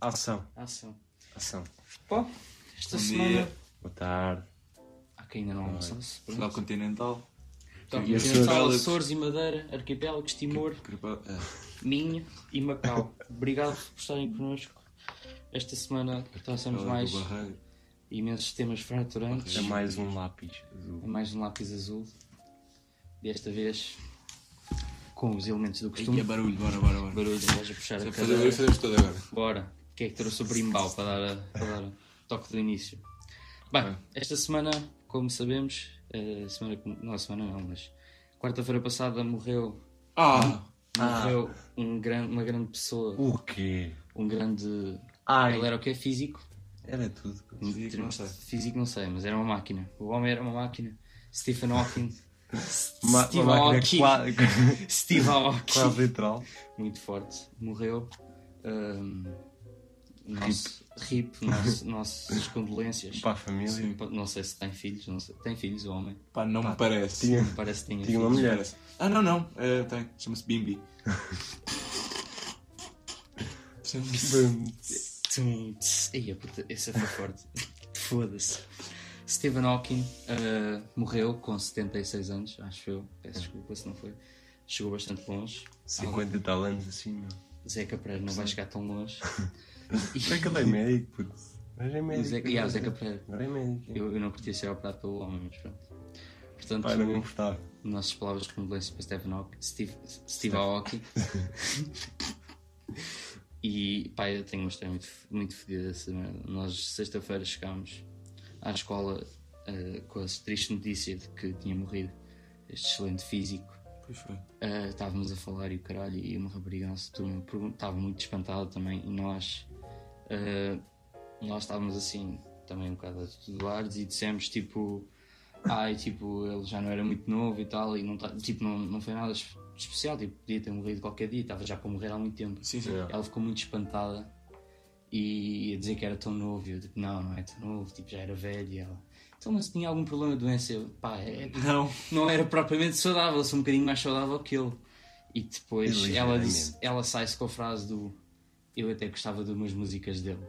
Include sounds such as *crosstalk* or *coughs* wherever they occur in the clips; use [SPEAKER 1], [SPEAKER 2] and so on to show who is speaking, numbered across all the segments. [SPEAKER 1] Ação.
[SPEAKER 2] Ação.
[SPEAKER 1] Ação.
[SPEAKER 2] Pá, Ah, esta
[SPEAKER 3] Bom
[SPEAKER 2] semana.
[SPEAKER 3] dia.
[SPEAKER 1] Boa tarde.
[SPEAKER 2] Há quem ainda não almoçasse.
[SPEAKER 3] Portugal
[SPEAKER 2] Pronto.
[SPEAKER 3] continental.
[SPEAKER 2] Então,
[SPEAKER 1] E
[SPEAKER 2] Açores.
[SPEAKER 3] Açores?
[SPEAKER 2] Açores e Madeira, Arquipélagos, Timor,
[SPEAKER 3] Cripá- ah,
[SPEAKER 2] Minho e
[SPEAKER 3] *laughs*
[SPEAKER 2] Macau. Obrigado por estarem connosco. Esta semana trouxemos
[SPEAKER 3] Ela é
[SPEAKER 2] mais
[SPEAKER 3] do Barreiro.
[SPEAKER 2] imensos temas fraturantes.
[SPEAKER 1] É mais um lápis azul.
[SPEAKER 2] É mais um lápis azul. Desta vez com os elementos do
[SPEAKER 3] Ai,
[SPEAKER 2] costume.
[SPEAKER 3] é barulho, bora, bora, bora.
[SPEAKER 2] Barulho, vais a puxar a
[SPEAKER 3] Fazer barulho,
[SPEAKER 2] cadeira.
[SPEAKER 3] fazemos tudo agora.
[SPEAKER 2] Bora. O que é que trouxe o brimbal para dar, a- para dar o toque do início? Bem, esta semana, como sabemos, eh, semana, que- não, semana não, mas quarta-feira passada morreu,
[SPEAKER 3] Ah!
[SPEAKER 1] Ah.
[SPEAKER 2] morreu um gran, uma grande pessoa,
[SPEAKER 1] O quê?
[SPEAKER 2] um grande...
[SPEAKER 1] Ai.
[SPEAKER 2] Ele era o que é físico?
[SPEAKER 1] Era tudo.
[SPEAKER 3] Físico, não sei.
[SPEAKER 2] Físico não sei, mas era uma máquina. O homem era uma máquina. Stephen Hawking.
[SPEAKER 1] *laughs* Uma,
[SPEAKER 2] Stephen
[SPEAKER 1] uma
[SPEAKER 2] Hawking.
[SPEAKER 1] máquina quase, *laughs*
[SPEAKER 2] Stephen Hawking.
[SPEAKER 1] quase literal.
[SPEAKER 2] muito forte, morreu. Ahm, nosso, RIP, nosso- *laughs* nossas condolências.
[SPEAKER 1] Para a família.
[SPEAKER 3] Sim.
[SPEAKER 2] Não sei se tem filhos, não sei. tem filhos o homem.
[SPEAKER 3] Pá, não me parece.
[SPEAKER 1] Tinha,
[SPEAKER 2] Parece que tinha,
[SPEAKER 1] tinha uma
[SPEAKER 2] filhos.
[SPEAKER 1] mulher.
[SPEAKER 3] Parece. Ah, não, não. É, tem. Chama-se Bimbi. Chama-se.
[SPEAKER 2] Tum, tss. Ei, a puta, essa foi forte. *laughs* Foda-se. Stephen Hawking ah, morreu com 76 anos, acho eu. Peço desculpa se não foi. Chegou bastante longe.
[SPEAKER 1] 50 e tal anos assim, meu.
[SPEAKER 2] Zeca Pereira não vai chegar tão longe.
[SPEAKER 1] Será que ele é médico, puto? Mas é
[SPEAKER 2] E o
[SPEAKER 1] médico.
[SPEAKER 2] Zeca, e há o Zeca Pereira.
[SPEAKER 1] Agora é médico.
[SPEAKER 2] Eu, eu não curtia ser operado pelo homem, mas pronto. Portanto,
[SPEAKER 1] Pá, não me importava.
[SPEAKER 2] nossas palavras de condolência para Stephen Hawking, Steve, Steve Aoki. e pá, eu tenho uma história muito, muito fodida dessa merda. Nós, sexta-feira, chegámos à escola eh, com a triste notícia de que tinha morrido este excelente físico.
[SPEAKER 3] Pois foi.
[SPEAKER 2] Eh, estávamos a falar e o caralho, e uma rapariga da nossa turma pergun- estava muito espantada também, e nós, eh, nós estávamos assim, também um bocado atutelados, e dissemos tipo, ai, tipo, ele já não era muito novo e tal, e não, tá- tipo, não, não foi nada es- especial, tipo, podia ter morrido qualquer dia, estava já para morrer há muito tempo.
[SPEAKER 3] Sim, sim.
[SPEAKER 1] Yeah.
[SPEAKER 2] Ela ficou muito espantada e a dizer que era tão novo. E eu, tipo, não, não é tão novo, tipo, já era velho. E ela, então, mas tinha algum problema de doença? Eu, pá, é,
[SPEAKER 3] Não.
[SPEAKER 2] não era propriamente saudável, sou um bocadinho mais saudável que ele. E depois
[SPEAKER 1] Ele
[SPEAKER 2] ela,
[SPEAKER 1] ligeiramente.
[SPEAKER 2] disse- ela sai-se com a frase do Eu até gostava de umas músicas dele.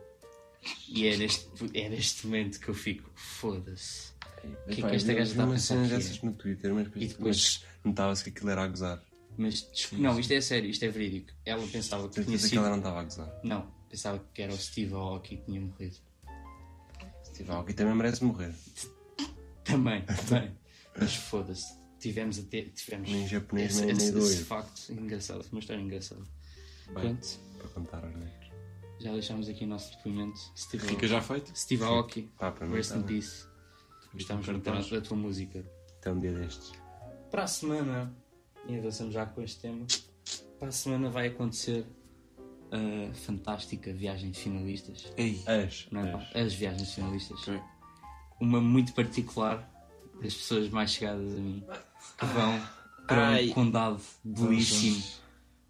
[SPEAKER 2] E é neste, é neste momento que eu fico, foda-se. O que é que esta gaja está a
[SPEAKER 1] umas
[SPEAKER 2] pensar?
[SPEAKER 1] cenas
[SPEAKER 2] que é?
[SPEAKER 1] dessas no Twitter, mas depois,
[SPEAKER 2] E depois-
[SPEAKER 1] mas notava-se que aquilo era a gozar.
[SPEAKER 2] Mas desculpa, não, isto é sério, isto é verídico. Ela pensava que tinha
[SPEAKER 1] Certeza que ela
[SPEAKER 2] sido.
[SPEAKER 1] não estava a gozar.
[SPEAKER 2] Não, pensava que era o Steve Aoki que tinha morrido.
[SPEAKER 1] Steve Aoki também merece morrer.
[SPEAKER 2] Também, também. Mas foda-se. Tivemos a ter. Tivemos
[SPEAKER 1] Nem japonês,
[SPEAKER 2] esse,
[SPEAKER 1] nem- nem
[SPEAKER 2] esse, esse
[SPEAKER 1] doido.
[SPEAKER 2] facto engraçado. Foi uma história engraçada.
[SPEAKER 1] Bem,
[SPEAKER 2] Pronto,
[SPEAKER 1] para contar aos negros.
[SPEAKER 2] já deixámos aqui o nosso depoimento. Steve
[SPEAKER 3] Fica
[SPEAKER 2] Aoki.
[SPEAKER 3] já feito.
[SPEAKER 2] Steve Aoki.
[SPEAKER 1] Pá, para mim
[SPEAKER 2] Rest
[SPEAKER 1] está
[SPEAKER 2] in
[SPEAKER 1] bem.
[SPEAKER 2] peace. Gostamos muito da
[SPEAKER 3] Cartaz.
[SPEAKER 2] da tua música.
[SPEAKER 1] Até um dia destes.
[SPEAKER 2] Para a semana, e avançamos já com este tema, para a semana vai acontecer a fantástica viagem de finalistas.
[SPEAKER 3] Ei.
[SPEAKER 1] As,
[SPEAKER 2] Não é, pá?
[SPEAKER 1] as.
[SPEAKER 2] As viagens de finalistas.
[SPEAKER 3] Ok.
[SPEAKER 2] uma muito particular das pessoas mais chegadas a mim que vão para
[SPEAKER 1] Ai.
[SPEAKER 2] um condado belíssimo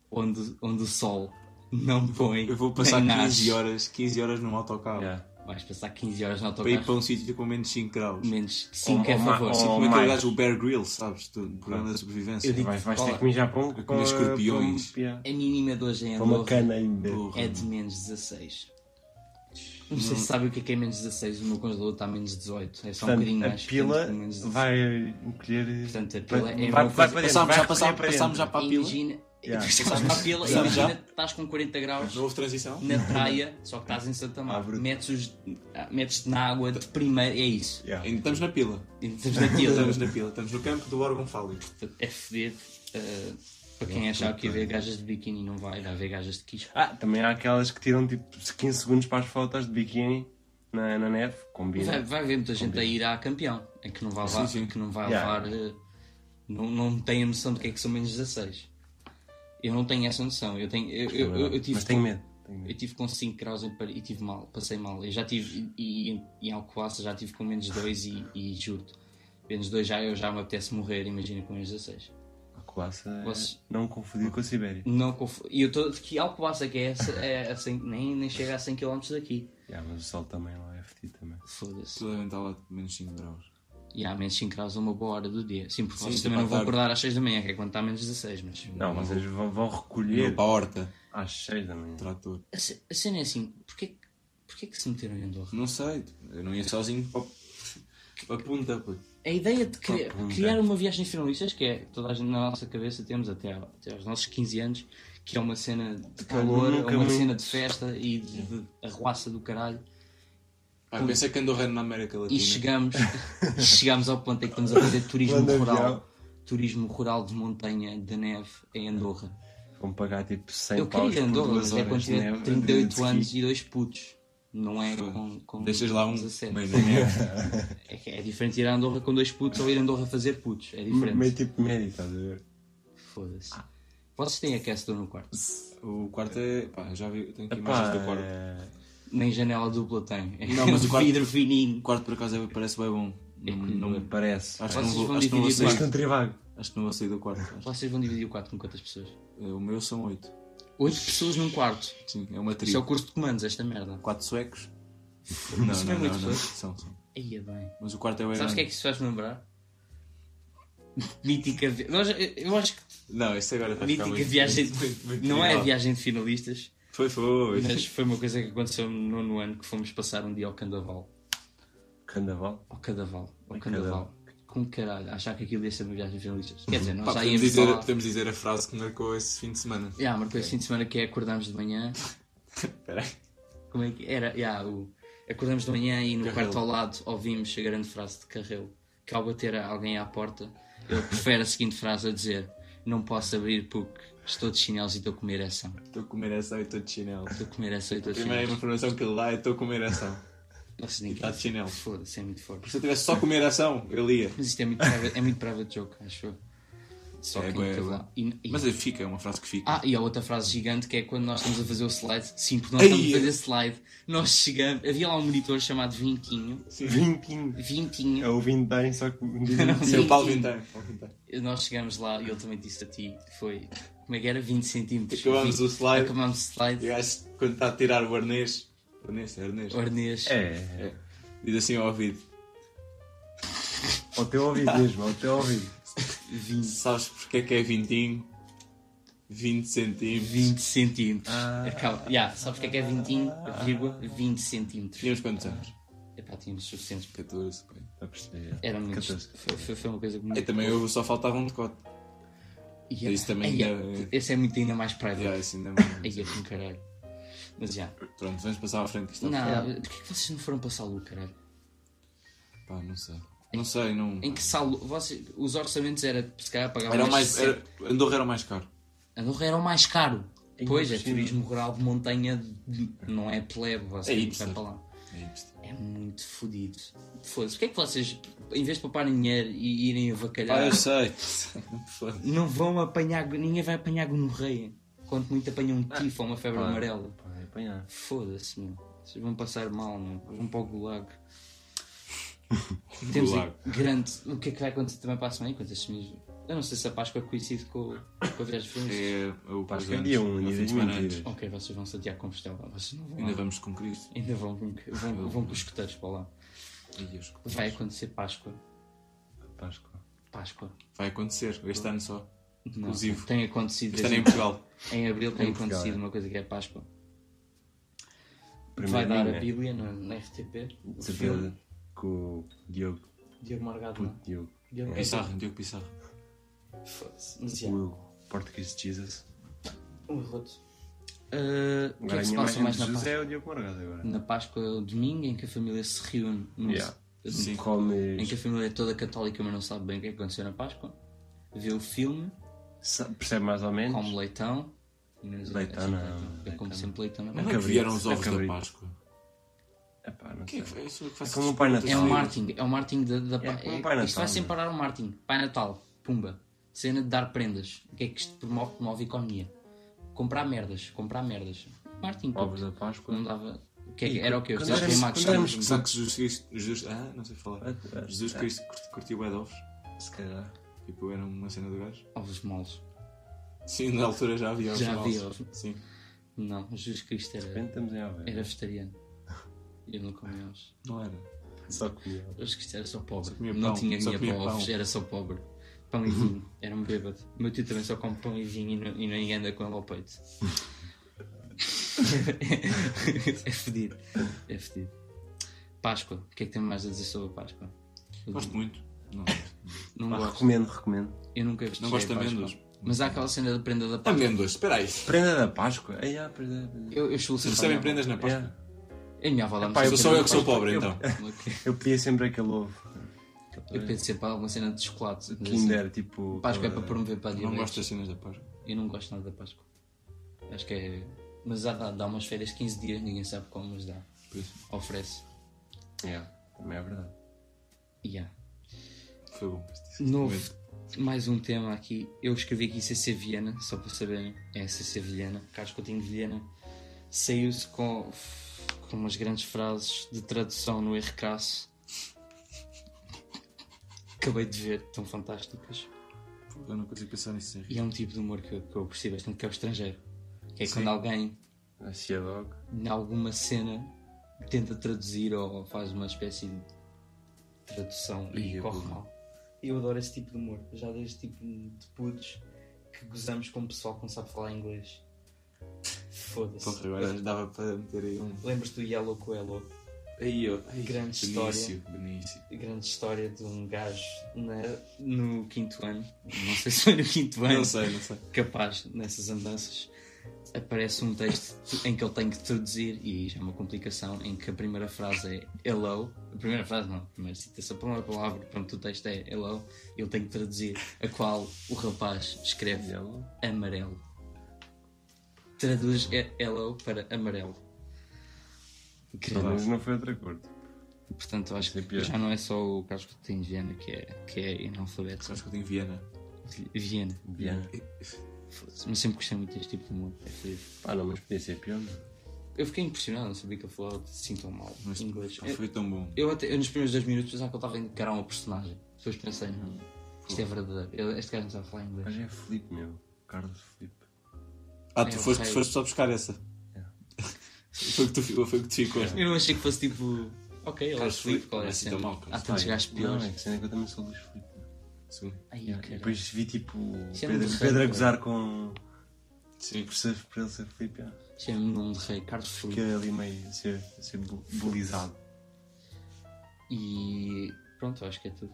[SPEAKER 2] onde, onde o sol não põe.
[SPEAKER 3] Eu vou passar
[SPEAKER 2] nem
[SPEAKER 3] 15
[SPEAKER 2] nasce.
[SPEAKER 3] horas, 15 horas num autocarro.
[SPEAKER 1] Yeah.
[SPEAKER 2] Vais passar 15 horas no
[SPEAKER 3] Para ir para
[SPEAKER 2] autocarro,
[SPEAKER 3] um sítio com menos 5 graus.
[SPEAKER 2] menos 5 é a
[SPEAKER 1] Ou- ou
[SPEAKER 2] favor.
[SPEAKER 1] ma-
[SPEAKER 2] Sim.
[SPEAKER 1] ou-
[SPEAKER 3] Como aquele
[SPEAKER 1] mais.
[SPEAKER 3] gajo, o Bear Grylls, sabes? Do programa da sobrevivência.
[SPEAKER 2] Eu digo-
[SPEAKER 1] Vais, vais ter
[SPEAKER 2] Cola.
[SPEAKER 1] que mijar para um para- para
[SPEAKER 3] escorpiões.
[SPEAKER 1] um- yeah.
[SPEAKER 2] A É mínima de hoje em
[SPEAKER 1] Para uma
[SPEAKER 2] Andorra
[SPEAKER 1] cana ainda.
[SPEAKER 3] Porra.
[SPEAKER 2] é de menos 16. Não sei se sabem o que é, que é menos 16, o meu congelador está a menos 18. É só um bocadinho
[SPEAKER 1] Portanto,
[SPEAKER 2] mais.
[SPEAKER 1] a pila
[SPEAKER 2] menos 16.
[SPEAKER 1] vai encolher.
[SPEAKER 2] Portanto, a pila é uma
[SPEAKER 1] vai, vai,
[SPEAKER 2] coisa-
[SPEAKER 1] para dentro,
[SPEAKER 3] Passámos já,
[SPEAKER 1] vai
[SPEAKER 3] passámos-
[SPEAKER 1] para dentro.
[SPEAKER 3] passámos já para a pila.
[SPEAKER 2] Imagina, *laughs*
[SPEAKER 1] Yeah.
[SPEAKER 2] estás para a pila,
[SPEAKER 3] Já.
[SPEAKER 2] imagina que estás com 40 graus.
[SPEAKER 3] Não houve transição?
[SPEAKER 2] na praia, só que estás em Santa
[SPEAKER 1] Ah,
[SPEAKER 2] Mar.
[SPEAKER 1] bruto.
[SPEAKER 2] Metes-os- ah, Metes-te na água de primeira, é isso.
[SPEAKER 1] Yeah.
[SPEAKER 3] Ainda estamos na pila.
[SPEAKER 2] E Estamos na
[SPEAKER 1] *laughs*
[SPEAKER 3] Estamos
[SPEAKER 2] pila.
[SPEAKER 3] na pila. Estamos no campo do órgão fálico.
[SPEAKER 2] É fedido. ah, para quem achar que ia ver gajas de biquíni, não vai, vai ver gajas de quispo.
[SPEAKER 1] Ah, também há aquelas que tiram tipo 15 segundos para as fotos de biquíni na, na neve. Combina.
[SPEAKER 2] Vai, vai ver muita gente a ir à campeão, é que não vai levar,
[SPEAKER 3] Sim, sim.
[SPEAKER 2] Que não, vai
[SPEAKER 1] Yeah.
[SPEAKER 2] levar ah, não, não tem a noção do que é que são menos 16. Eu não tenho essa noção. Eu, tenho, eu, é, eu, eu- eu tive
[SPEAKER 1] Mas tenho medo. tenho medo.
[SPEAKER 2] Eu tive com 5 graus em Paris e tive mal, passei mal. Eu já tive, e, e em Alcoaça já tive com menos 2 e, e juro-te, menos 2 já, eu já me apetece morrer, imagina com menos 16.
[SPEAKER 1] A coaça é
[SPEAKER 2] Vocês-
[SPEAKER 1] não confundir com a Sibéria.
[SPEAKER 2] Não conf- E eu estou de que Alcoaça, que é, essa, é a cem- nem, nem chega a 100 km daqui.
[SPEAKER 1] Yeah, mas o sol também lá é fedido também.
[SPEAKER 2] Foda-se.
[SPEAKER 3] Tudo devem estar lá de tá menos 5 graus.
[SPEAKER 2] E há menos 5 graus a uma boa hora do dia. Sim, porque
[SPEAKER 3] Sim,
[SPEAKER 2] vocês
[SPEAKER 3] tipo
[SPEAKER 2] também não
[SPEAKER 3] à
[SPEAKER 2] vão
[SPEAKER 3] tarde.
[SPEAKER 2] acordar às 6 da manhã, que é quando está a menos 16, mas.
[SPEAKER 1] Não, vocês vão, vão
[SPEAKER 3] Não,
[SPEAKER 2] é?
[SPEAKER 1] recolher
[SPEAKER 3] para a horta,
[SPEAKER 1] às 6 da manhã.
[SPEAKER 3] trator.
[SPEAKER 2] A ce- a cena é assim, porquê, porquê que se meteram em Andorra?
[SPEAKER 3] Não sei, eu não ia sozinho para, *laughs* para a punta, pô.
[SPEAKER 2] A ideia de cri-
[SPEAKER 1] Propunha.
[SPEAKER 2] criar uma viagem finalista, acho que é toda a gente na nossa cabeça temos até, ao- até aos nossos 15 anos, que é uma cena de calor, é
[SPEAKER 1] nunca
[SPEAKER 2] uma
[SPEAKER 1] muito.
[SPEAKER 2] cena de festa e de, de arruaça do caralho.
[SPEAKER 3] Pá, Ah, pensei que Andorra era na América Latina.
[SPEAKER 2] E *laughs* chegamos, chegamos ao ponto em que estamos a fazer turismo
[SPEAKER 1] Manda avião.
[SPEAKER 2] rural. Turismo rural de montanha, de neve, em Andorra.
[SPEAKER 1] Vão pagar tipo 100
[SPEAKER 2] Eu queria
[SPEAKER 1] paus
[SPEAKER 2] ir a
[SPEAKER 1] por
[SPEAKER 2] Andorra,
[SPEAKER 1] duas
[SPEAKER 2] mas é quando
[SPEAKER 1] horas de
[SPEAKER 2] tiver
[SPEAKER 1] neve,
[SPEAKER 2] 38
[SPEAKER 1] de
[SPEAKER 2] anos
[SPEAKER 1] ski.
[SPEAKER 2] e dois putos. Não é com, com
[SPEAKER 3] Deixas lá um
[SPEAKER 2] 17.
[SPEAKER 3] meio
[SPEAKER 2] *laughs*
[SPEAKER 3] na merda.
[SPEAKER 2] É, que é diferente ir a Andorra com dois putos ou ir a Andorra fazer putos. É diferente.
[SPEAKER 1] Meio tipo médio, estás a ver?
[SPEAKER 2] Foda-se. Vocês têm aquecedor no quarto?
[SPEAKER 3] O quarto é. Pá, já vi, tenho aqui imagens
[SPEAKER 1] Epá,
[SPEAKER 3] do quarto.
[SPEAKER 1] é...
[SPEAKER 2] Nem janela dupla tem.
[SPEAKER 3] Não, mas o quarto-
[SPEAKER 2] *laughs* vidro
[SPEAKER 3] O
[SPEAKER 2] fininho.
[SPEAKER 3] quarto por acaso é- parece bem bom.
[SPEAKER 2] É Ah,
[SPEAKER 3] Não-
[SPEAKER 2] que-
[SPEAKER 3] não-
[SPEAKER 1] Parece.
[SPEAKER 3] acho, que
[SPEAKER 2] Vocês
[SPEAKER 3] não vou,
[SPEAKER 2] vão
[SPEAKER 3] acho, que não vou
[SPEAKER 2] dividir
[SPEAKER 3] sair,
[SPEAKER 1] Isto é um trivago.
[SPEAKER 3] acho que não vou sair do quarto. acho. eh,
[SPEAKER 2] Vocês vão dividir o quarto com quantas pessoas?
[SPEAKER 3] O meu são oito.
[SPEAKER 2] Oito pessoas num quarto.
[SPEAKER 3] Sim, é uma
[SPEAKER 2] Isso é
[SPEAKER 3] trilha.
[SPEAKER 2] o curso de comandos, esta merda.
[SPEAKER 3] Quatro suecos.
[SPEAKER 2] Não, isso não é muito pessoas.
[SPEAKER 3] São, são.
[SPEAKER 2] Aí é bem.
[SPEAKER 3] Mas o quarto é bem
[SPEAKER 2] Sabes o que é que
[SPEAKER 3] grande.
[SPEAKER 2] isso faz-me lembrar? *laughs* Mítica vi... Nós- Eu acho que
[SPEAKER 3] Não, isso agora está a ficar
[SPEAKER 2] mítica
[SPEAKER 3] muito-
[SPEAKER 2] viagem de-
[SPEAKER 3] muito- muito
[SPEAKER 2] Não é
[SPEAKER 3] trivial.
[SPEAKER 2] a viagem de finalistas
[SPEAKER 3] Foi, foi.
[SPEAKER 2] Mas foi uma coisa que aconteceu no nono ano Que fomos passar um dia ao Candaval
[SPEAKER 1] Candaval.
[SPEAKER 2] Ao Cadaval Ao
[SPEAKER 1] Ao Cadaval.
[SPEAKER 2] Candaval Com caralho, achar que aquilo ia ser uma viagem de finalistas Quer dizer, nós
[SPEAKER 3] Pá,
[SPEAKER 2] já
[SPEAKER 3] podemos,
[SPEAKER 2] íamos
[SPEAKER 3] dizer,
[SPEAKER 2] falar
[SPEAKER 3] podemos dizer a frase que marcou esse fim de semana.
[SPEAKER 2] yeah, marcou esse fim de semana que é acordarmos de manhã
[SPEAKER 3] Espera aí.
[SPEAKER 2] Como é que era? Yeah, o... Acordamos de manhã e no
[SPEAKER 3] Carrelo.
[SPEAKER 2] quarto ao lado Ouvimos a grande frase de Carrelo Que ao bater a alguém à porta Ele prefere a seguinte frase a dizer Não posso abrir porque estou de chinelos e estou com uma ereção
[SPEAKER 3] Estou a comer essa e estou de chinelo.
[SPEAKER 2] Estou a comer essa oito
[SPEAKER 3] A primeira informação que ele dá é estou a comer ação.
[SPEAKER 2] Nossa, nem
[SPEAKER 3] Tá de chinelo.
[SPEAKER 2] Foda-se, é muito forte.
[SPEAKER 3] Se eu tivesse só comer ação, eu lia.
[SPEAKER 2] Mas isto é muito private, é muito private joke, acho eu. Só
[SPEAKER 3] É,
[SPEAKER 2] que
[SPEAKER 3] bué,
[SPEAKER 2] é,
[SPEAKER 3] bué.
[SPEAKER 2] lá. E, e-
[SPEAKER 3] Mas é, fica, é uma frase que fica.
[SPEAKER 2] Ah, e há outra frase gigante que é quando nós estamos a fazer o slide. Sim, porque nós
[SPEAKER 3] Ei,
[SPEAKER 2] estamos a
[SPEAKER 3] eu-
[SPEAKER 2] fazer slide. Nós chegamos. Havia lá um monitor chamado Vintinho.
[SPEAKER 1] Vintinho.
[SPEAKER 2] Vintinho.
[SPEAKER 1] É o Vintém, só que me dizem
[SPEAKER 2] Não.
[SPEAKER 3] Seu Paulo
[SPEAKER 2] sim.
[SPEAKER 3] Vintém. Paulo Vintém.
[SPEAKER 2] Nós chegamos lá e ele também disse a ti: foi. Como é que era? 20 centímetros.
[SPEAKER 3] Acabámos o slide.
[SPEAKER 2] Acabámos o
[SPEAKER 3] E o
[SPEAKER 2] slide.
[SPEAKER 3] gajo, quando está a tirar o arnês. Arnês, é arnês.
[SPEAKER 2] O Arnês.
[SPEAKER 1] É,
[SPEAKER 3] É. Diz assim ao ouvido:
[SPEAKER 1] ao teu ouvido mesmo, ao teu
[SPEAKER 2] *laughs*
[SPEAKER 1] ouvido.
[SPEAKER 3] Sabes porque é que é vintinho? 20 centímetros.
[SPEAKER 2] 20 centímetros.
[SPEAKER 3] Ah.
[SPEAKER 2] Acaba. Yeah, sabes o que é que é Vintinho? Vírgula, 20 centímetros.
[SPEAKER 3] Tínhamos quantos anos?
[SPEAKER 2] Epá, tínhamos suficientes.
[SPEAKER 3] 14. pá.
[SPEAKER 1] Tá A perceber.
[SPEAKER 2] Era muito.
[SPEAKER 1] 14.
[SPEAKER 2] Foi, foi- foi uma coisa que me-
[SPEAKER 3] E É, também eu só faltava um decote.
[SPEAKER 2] Ia-
[SPEAKER 3] isso também
[SPEAKER 2] Ia-
[SPEAKER 3] ainda-
[SPEAKER 2] Esse é muito ainda mais private.
[SPEAKER 3] Já, isso ainda é mais.
[SPEAKER 2] Ia com caralho. Mas já.
[SPEAKER 3] Pronto, vamos passar à frente. Isto é
[SPEAKER 2] Não,
[SPEAKER 1] Yeah.
[SPEAKER 2] porquê que vocês não foram para Salu, caralho?
[SPEAKER 3] Pá, não sei. Não sei, não.
[SPEAKER 2] Em que Salu. Vocês, os orçamentos era, se calhar, pagavam
[SPEAKER 3] Era o
[SPEAKER 2] mais.
[SPEAKER 3] mais. Era... Andorra era o mais caro.
[SPEAKER 2] Andorra era o mais caro.
[SPEAKER 1] Em
[SPEAKER 2] pois, é
[SPEAKER 1] China.
[SPEAKER 2] turismo rural de montanha, de- não é plebe,
[SPEAKER 3] É
[SPEAKER 2] vocês não
[SPEAKER 3] hipster.
[SPEAKER 2] vão para lá.
[SPEAKER 3] É isto.
[SPEAKER 2] É muito fodido. Foda-se, porquê que vocês, em vez de pouparem dinheiro e irem avacalhar,
[SPEAKER 3] Ah,
[SPEAKER 2] *laughs*
[SPEAKER 3] eu sei. Foda-se.
[SPEAKER 2] não vão apanhar. Ninguém vai apanhar gonorreia. Quando muito apanham um
[SPEAKER 3] Ah,
[SPEAKER 2] tifo ou uma febre
[SPEAKER 1] Pá,
[SPEAKER 2] amarela.
[SPEAKER 1] pá, apanhar.
[SPEAKER 2] Foda-se, meu. Vocês vão passar mal, meu. Vão para o gulag. Temos
[SPEAKER 3] Gulag.
[SPEAKER 2] aqui grande. O que é que vai acontecer também para a semana? Enquanto estes meus- Eu não sei se a Páscoa coincide com, com a viagem de férias.
[SPEAKER 3] É o
[SPEAKER 1] Pá, acho
[SPEAKER 3] pós
[SPEAKER 1] que é dia um, dia
[SPEAKER 3] fim de
[SPEAKER 1] de
[SPEAKER 3] semana
[SPEAKER 1] mentiras.
[SPEAKER 3] antes.
[SPEAKER 2] Ok, vocês vão Santiago de Compostela. Vocês não vão. lá.
[SPEAKER 3] Ainda vamos com Cristo.
[SPEAKER 2] Ainda vão, com- vão, vão com os escuteiros para lá.
[SPEAKER 3] Ai, eu escuto.
[SPEAKER 2] Vai acontecer Páscoa.
[SPEAKER 1] Páscoa.
[SPEAKER 2] Páscoa.
[SPEAKER 3] Vai acontecer, este ano só.
[SPEAKER 2] Não,
[SPEAKER 3] Inclusivo.
[SPEAKER 2] tem acontecido.
[SPEAKER 3] Este ano
[SPEAKER 2] desde-
[SPEAKER 3] é em Portugal.
[SPEAKER 1] então.
[SPEAKER 2] em abril tem
[SPEAKER 1] Em Portugal,
[SPEAKER 2] acontecido
[SPEAKER 1] é.
[SPEAKER 2] uma coisa que é Páscoa.
[SPEAKER 1] Primeiro
[SPEAKER 2] vai dar
[SPEAKER 1] mim,
[SPEAKER 2] a
[SPEAKER 1] né?
[SPEAKER 2] Bíblia na, na RTP. O
[SPEAKER 1] De
[SPEAKER 2] filme.
[SPEAKER 1] certeza. Com o Diogo.
[SPEAKER 2] Diogo Morgado.
[SPEAKER 1] Puto
[SPEAKER 2] não? é?
[SPEAKER 1] Diogo.
[SPEAKER 2] Diogo
[SPEAKER 3] Pissarro, Diogo Pissarro.
[SPEAKER 1] É
[SPEAKER 2] Foda-se. Mas, já.
[SPEAKER 1] O Português de Jesus.
[SPEAKER 2] Um roto. o que é que se passa
[SPEAKER 1] imagem
[SPEAKER 2] mais
[SPEAKER 1] de
[SPEAKER 2] na
[SPEAKER 1] Jesus
[SPEAKER 2] Páscoa?
[SPEAKER 1] é o Diogo Morgado agora.
[SPEAKER 2] Na Páscoa é o domingo em que a família se reúne. num-
[SPEAKER 1] Yeah.
[SPEAKER 3] Sim.
[SPEAKER 2] Em que a
[SPEAKER 1] Come.
[SPEAKER 2] família é toda católica, mas não sabe bem o que é que aconteceu na Páscoa. Vê o filme,
[SPEAKER 1] sa- Percebe mais ou menos?
[SPEAKER 2] come leitão. Menos eu-
[SPEAKER 1] Leitão,
[SPEAKER 2] é sempre
[SPEAKER 1] não,
[SPEAKER 2] leitão. Eu
[SPEAKER 1] leitão
[SPEAKER 2] como
[SPEAKER 1] não.
[SPEAKER 2] sempre leitão na
[SPEAKER 3] Mas não
[SPEAKER 2] Páscoa.
[SPEAKER 3] é que
[SPEAKER 1] cabrito,
[SPEAKER 3] vieram os
[SPEAKER 1] é
[SPEAKER 3] ovos da
[SPEAKER 1] cabrito.
[SPEAKER 3] Páscoa.
[SPEAKER 1] Epá, não
[SPEAKER 3] Que é,
[SPEAKER 1] sei.
[SPEAKER 3] que foi? é, isso que faço
[SPEAKER 1] É como o Pai
[SPEAKER 3] perguntas.
[SPEAKER 2] É o
[SPEAKER 1] Sim.
[SPEAKER 2] Martin, é o Martin da, da
[SPEAKER 1] É
[SPEAKER 2] Pá-
[SPEAKER 1] como o Pai
[SPEAKER 2] Isto vai
[SPEAKER 1] Natal,
[SPEAKER 2] sempre
[SPEAKER 1] não é?
[SPEAKER 2] parar o Martin. Pai Natal, pumba. Cena de dar prendas. O que é que isto promove? Promove a economia. Comprar merdas, comprar merdas. Martin,
[SPEAKER 1] Ovos
[SPEAKER 2] puto,
[SPEAKER 1] da Páscoa.
[SPEAKER 2] não dava. o que é que-
[SPEAKER 1] E
[SPEAKER 2] era o quê? Os
[SPEAKER 1] quando
[SPEAKER 2] seus
[SPEAKER 1] éramos-
[SPEAKER 2] queimados.
[SPEAKER 1] quando
[SPEAKER 2] sabes?
[SPEAKER 3] Sabes sabes que Jesus Cristo. Jesus- Ah, não sei falar.
[SPEAKER 1] Ah, ah,
[SPEAKER 3] Jesus
[SPEAKER 1] ah.
[SPEAKER 3] Cristo curti- curtiu bué de ovos.
[SPEAKER 1] Se calhar.
[SPEAKER 3] Tipo, era uma cena do gajo.
[SPEAKER 2] Ovos moles.
[SPEAKER 3] Sim, na altura já havia ovos.
[SPEAKER 2] Já
[SPEAKER 3] na
[SPEAKER 2] havia
[SPEAKER 3] alça.
[SPEAKER 2] ovos.
[SPEAKER 3] Sim.
[SPEAKER 2] Não, Jesus Cristo
[SPEAKER 1] De
[SPEAKER 2] era,
[SPEAKER 1] repente estamos em
[SPEAKER 2] era
[SPEAKER 1] Aveiro.
[SPEAKER 2] vegetariano. Eu não comia ovos.
[SPEAKER 3] Não era.
[SPEAKER 1] Só comia.
[SPEAKER 2] Acho que isto era só pobre.
[SPEAKER 3] Só comia
[SPEAKER 2] não
[SPEAKER 3] pão,
[SPEAKER 2] tinha
[SPEAKER 3] só
[SPEAKER 2] minha
[SPEAKER 3] comia
[SPEAKER 2] pó,
[SPEAKER 3] pão.
[SPEAKER 2] era só pobre. Pão e vinho, *laughs* era um bêbado. O meu tio também só come pão e vinho e, não, e nem anda com ele ao
[SPEAKER 3] *laughs*
[SPEAKER 2] peito. é fedido. É fedido. Páscoa, o que é que tem mais a dizer sobre a Páscoa? Eu
[SPEAKER 3] Gosto muito. Não,
[SPEAKER 2] não
[SPEAKER 1] Pá,
[SPEAKER 2] gosto.
[SPEAKER 1] recomendo, recomendo.
[SPEAKER 2] Eu nunca gostei
[SPEAKER 3] gosto de
[SPEAKER 2] da Páscoa.
[SPEAKER 3] amêndoas.
[SPEAKER 2] Mas há aquela cena da prenda da Páscoa.
[SPEAKER 3] amêndoas, Tá espera aí.
[SPEAKER 1] Prenda da Páscoa? Ai, ah, prenda da Páscoa.
[SPEAKER 2] Eu, eu chego
[SPEAKER 3] Vocês
[SPEAKER 2] sempre à minha
[SPEAKER 3] recebem
[SPEAKER 2] avó.
[SPEAKER 3] prendas na Páscoa?
[SPEAKER 1] É.
[SPEAKER 2] A minha avó lá
[SPEAKER 1] Epá,
[SPEAKER 2] me
[SPEAKER 1] eu
[SPEAKER 3] Sou
[SPEAKER 2] sempre
[SPEAKER 3] só eu que sou
[SPEAKER 1] Páscoa,
[SPEAKER 3] pobre,
[SPEAKER 1] eu-
[SPEAKER 3] então.
[SPEAKER 1] É. Eu pedia sempre aquele ovo.
[SPEAKER 2] Eu penso sempre alguma cena de chocolate. mas assim,
[SPEAKER 1] Kinder, tipo.
[SPEAKER 2] Páscoa é
[SPEAKER 1] eh,
[SPEAKER 2] para promover para a
[SPEAKER 3] Não
[SPEAKER 2] diabetes.
[SPEAKER 3] gosto das cenas da Páscoa.
[SPEAKER 2] Eu não gosto nada da Páscoa. Acho que é. Mas já dá, dá umas férias de 15 dias, ninguém sabe como, mas dá.
[SPEAKER 3] Por isso,
[SPEAKER 2] Oferece.
[SPEAKER 1] yeah, Também é verdade.
[SPEAKER 2] Yeah.
[SPEAKER 3] foi bom.
[SPEAKER 2] Novo. Mais um tema aqui. Eu escrevi aqui CC Viena, só para saberem. É CC Viena. Carlos Coutinho de Viena. Saiu-se com, com umas grandes frases de tradução no RCAS. *laughs* Acabei de ver, tão fantásticas.
[SPEAKER 3] Eu não consigo pensar nisso sem rir.
[SPEAKER 2] E é um tipo de humor que, eu- que eu percebo bastante, que é o estrangeiro. Que é
[SPEAKER 3] Sim.
[SPEAKER 2] quando alguém
[SPEAKER 1] Achei logo.
[SPEAKER 2] em alguma cena tenta traduzir ou faz uma espécie de tradução e,
[SPEAKER 1] Ih, é
[SPEAKER 2] corre
[SPEAKER 1] bom.
[SPEAKER 2] mal. Eu adoro esse tipo de humor, já deste tipo de putos que gozamos com o pessoal que não sabe falar inglês.
[SPEAKER 3] Porra,
[SPEAKER 2] Foda-se.
[SPEAKER 3] agora dava para meter aí um.
[SPEAKER 2] Lembras do Yellow Coelho?
[SPEAKER 3] Aí, ó. Ai,
[SPEAKER 2] Grande
[SPEAKER 3] Benício, Benício.
[SPEAKER 2] A grande história de um gajo na- no quinto ano, não sei se foi no quinto ano,
[SPEAKER 3] Não sei, não sei.
[SPEAKER 2] capaz nessas andanças aparece um texto em que ele tem que traduzir e já é uma complicação em que a primeira frase é hello a primeira frase não, a primeira citação a primeira palavra pronto, o texto é hello ele tem que traduzir, a qual o rapaz escreve
[SPEAKER 1] Yellow.
[SPEAKER 2] amarelo traduz é- hello para amarelo
[SPEAKER 1] Pelo
[SPEAKER 2] Incrível.
[SPEAKER 1] menos não foi outra cor.
[SPEAKER 2] portanto eu acho
[SPEAKER 1] Isso é
[SPEAKER 2] que
[SPEAKER 1] pior.
[SPEAKER 2] já não é só o Carlos Coutinho de Viena que é, que é analfabeto
[SPEAKER 3] Acho que eu tenho Viena.
[SPEAKER 2] Viena,
[SPEAKER 1] Viana.
[SPEAKER 2] mas sempre gostei muito deste tipo de humor é fedido.
[SPEAKER 1] Pá, não, mas podia ser pior. não.
[SPEAKER 2] Eu fiquei impressionado, não sabia que ele falava assim tão mal
[SPEAKER 3] Mas
[SPEAKER 2] inglês. É,
[SPEAKER 3] pá,
[SPEAKER 2] Eu,
[SPEAKER 3] foi tão bom.
[SPEAKER 2] eu até, eu nos primeiros dois minutos pensava que ele estava a encarar uma personagem. Depois pensei, não, isto é verdadeiro. Ele- este gajo não sabe falar inglês.
[SPEAKER 1] Mas é Felipe, meu. Carlos Felipe.
[SPEAKER 3] Ah,
[SPEAKER 2] É,
[SPEAKER 3] tu
[SPEAKER 2] o
[SPEAKER 3] foste,
[SPEAKER 2] rei. É.
[SPEAKER 3] foste só buscar essa. *laughs* Foi que tu fi- foi que tu ficou.
[SPEAKER 2] Eu achei que fosse tipo, ok, ele é
[SPEAKER 3] Carlos
[SPEAKER 2] Felipe,
[SPEAKER 3] Filipe,
[SPEAKER 2] qual é a
[SPEAKER 3] não é assim
[SPEAKER 2] cena?
[SPEAKER 3] tão mau, Carlos.
[SPEAKER 2] Há tantos gajos
[SPEAKER 1] Não, é
[SPEAKER 2] piores.
[SPEAKER 1] que cena que eu também sou Luís Felipe.
[SPEAKER 3] Sim.
[SPEAKER 2] Ai,
[SPEAKER 1] Yeah,
[SPEAKER 2] caralho.
[SPEAKER 1] Depois vi tipo
[SPEAKER 2] Isso é
[SPEAKER 1] Pedro,
[SPEAKER 2] muito
[SPEAKER 1] Pedro a
[SPEAKER 2] raro,
[SPEAKER 1] gozar com.
[SPEAKER 3] Sim.
[SPEAKER 1] por ser- por ele ser Felipe. ah.
[SPEAKER 2] Chama-me o nome de é um rei, Carlos Felipe.
[SPEAKER 1] Fiquei ali meio. ser, ser bu- bulizado.
[SPEAKER 2] E pronto, acho que é tudo.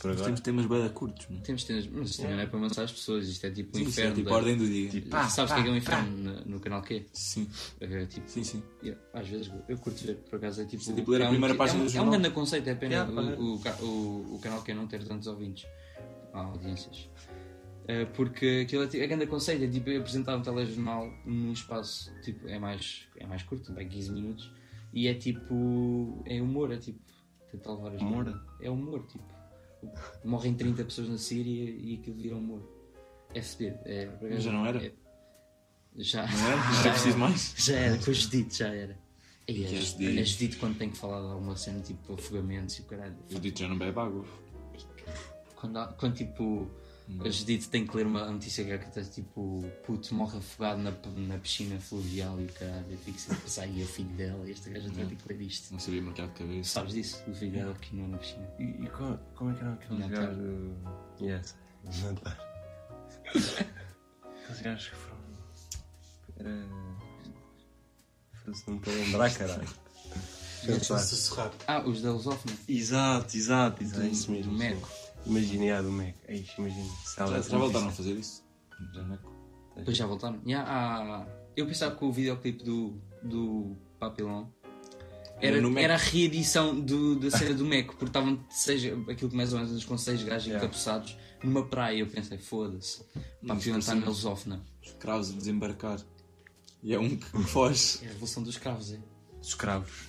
[SPEAKER 1] Por
[SPEAKER 3] Nós
[SPEAKER 1] agora.
[SPEAKER 3] temos temas bem curtos, mano.
[SPEAKER 2] Temos temas, mas isto também não é para matar as pessoas, isto é tipo um
[SPEAKER 3] Sim, sim, é
[SPEAKER 2] inferno.
[SPEAKER 3] tipo
[SPEAKER 2] da-
[SPEAKER 3] a ordem do dia.
[SPEAKER 1] Tipo,
[SPEAKER 2] Sabes o que é que é um inferno no, no canal Q?
[SPEAKER 3] Sim,
[SPEAKER 2] É tipo,
[SPEAKER 3] sim, sim.
[SPEAKER 2] Yeah, às vezes eu curto ver, por acaso é tipo.
[SPEAKER 3] Sim, tipo, ler a
[SPEAKER 2] é
[SPEAKER 3] primeira
[SPEAKER 2] um,
[SPEAKER 3] página
[SPEAKER 2] é um,
[SPEAKER 3] do
[SPEAKER 2] É um
[SPEAKER 3] jornal.
[SPEAKER 2] grande conceito, é pena
[SPEAKER 1] Yeah,
[SPEAKER 2] o-
[SPEAKER 1] claro.
[SPEAKER 2] o, ca- o- o canal que é não ter tantos ouvintes. Há audiências. Eh, porque aquilo é, ti- é grande conceito, é tipo eu apresentar um telejornal num espaço tipo, é mais, é mais curto, vai 15 minutos, e é tipo. é humor, é tipo. tentar levar as
[SPEAKER 1] Humor?
[SPEAKER 2] É humor, tipo. Morrem 30 pessoas na Síria e aquilo vira humor. É fedido. É,
[SPEAKER 3] Mas já não era?
[SPEAKER 2] é- já.
[SPEAKER 3] Não é? Não é preciso mais?
[SPEAKER 2] Já era, com o Judito, já era. E
[SPEAKER 3] que é
[SPEAKER 2] é
[SPEAKER 3] Judite?
[SPEAKER 2] Judite. É Judite quando tem que falar de alguma cena tipo afogamentos e o caralho.
[SPEAKER 3] O dito já não bebe água.
[SPEAKER 2] Quando, há- quando tipo a Judite tem que ler uma notícia que está tipo puto morre afogado na, na piscina fluvial e o caralho. Eu fico sempre a pensar, e é o filho dela, este gajo até tem que ler isto.
[SPEAKER 3] Não sabia marcar de cabeça.
[SPEAKER 2] Sabes disso? Do filho dela que não é na piscina.
[SPEAKER 1] E, e como, como é que eram aqueles
[SPEAKER 2] Natal.
[SPEAKER 1] gajos. do- Yes. Natal. aqueles gajos que foram. Era. Foram-se não estou a lembrar, caralho. Pensar.
[SPEAKER 3] sussurrar.
[SPEAKER 2] Ah, os da Lusófona.
[SPEAKER 1] Exato, exato, exato. É isso
[SPEAKER 2] Do,
[SPEAKER 1] mesmo.
[SPEAKER 2] do Meco.
[SPEAKER 1] Imaginei a do Mac. É isso, imagina. Se ela
[SPEAKER 3] Já,
[SPEAKER 1] desse
[SPEAKER 3] já voltaram a
[SPEAKER 1] notícia.
[SPEAKER 3] fazer isso? Já não é?
[SPEAKER 2] Depois já voltaram. Já, ah, eu pensava que o videoclipe do, do Papilão era,
[SPEAKER 3] Era no Meco.
[SPEAKER 2] era a reedição do- da cena do Meco, porque estavam seis, aquilo que mais ou menos com seis gajos
[SPEAKER 1] Yeah.
[SPEAKER 2] encapuçados numa praia. Eu pensei, foda-se, Papilão está na lusófona.
[SPEAKER 3] Os cravos a desembarcar. E é um que foge.
[SPEAKER 2] É a revolução dos cravos, é?
[SPEAKER 1] Dos cravos.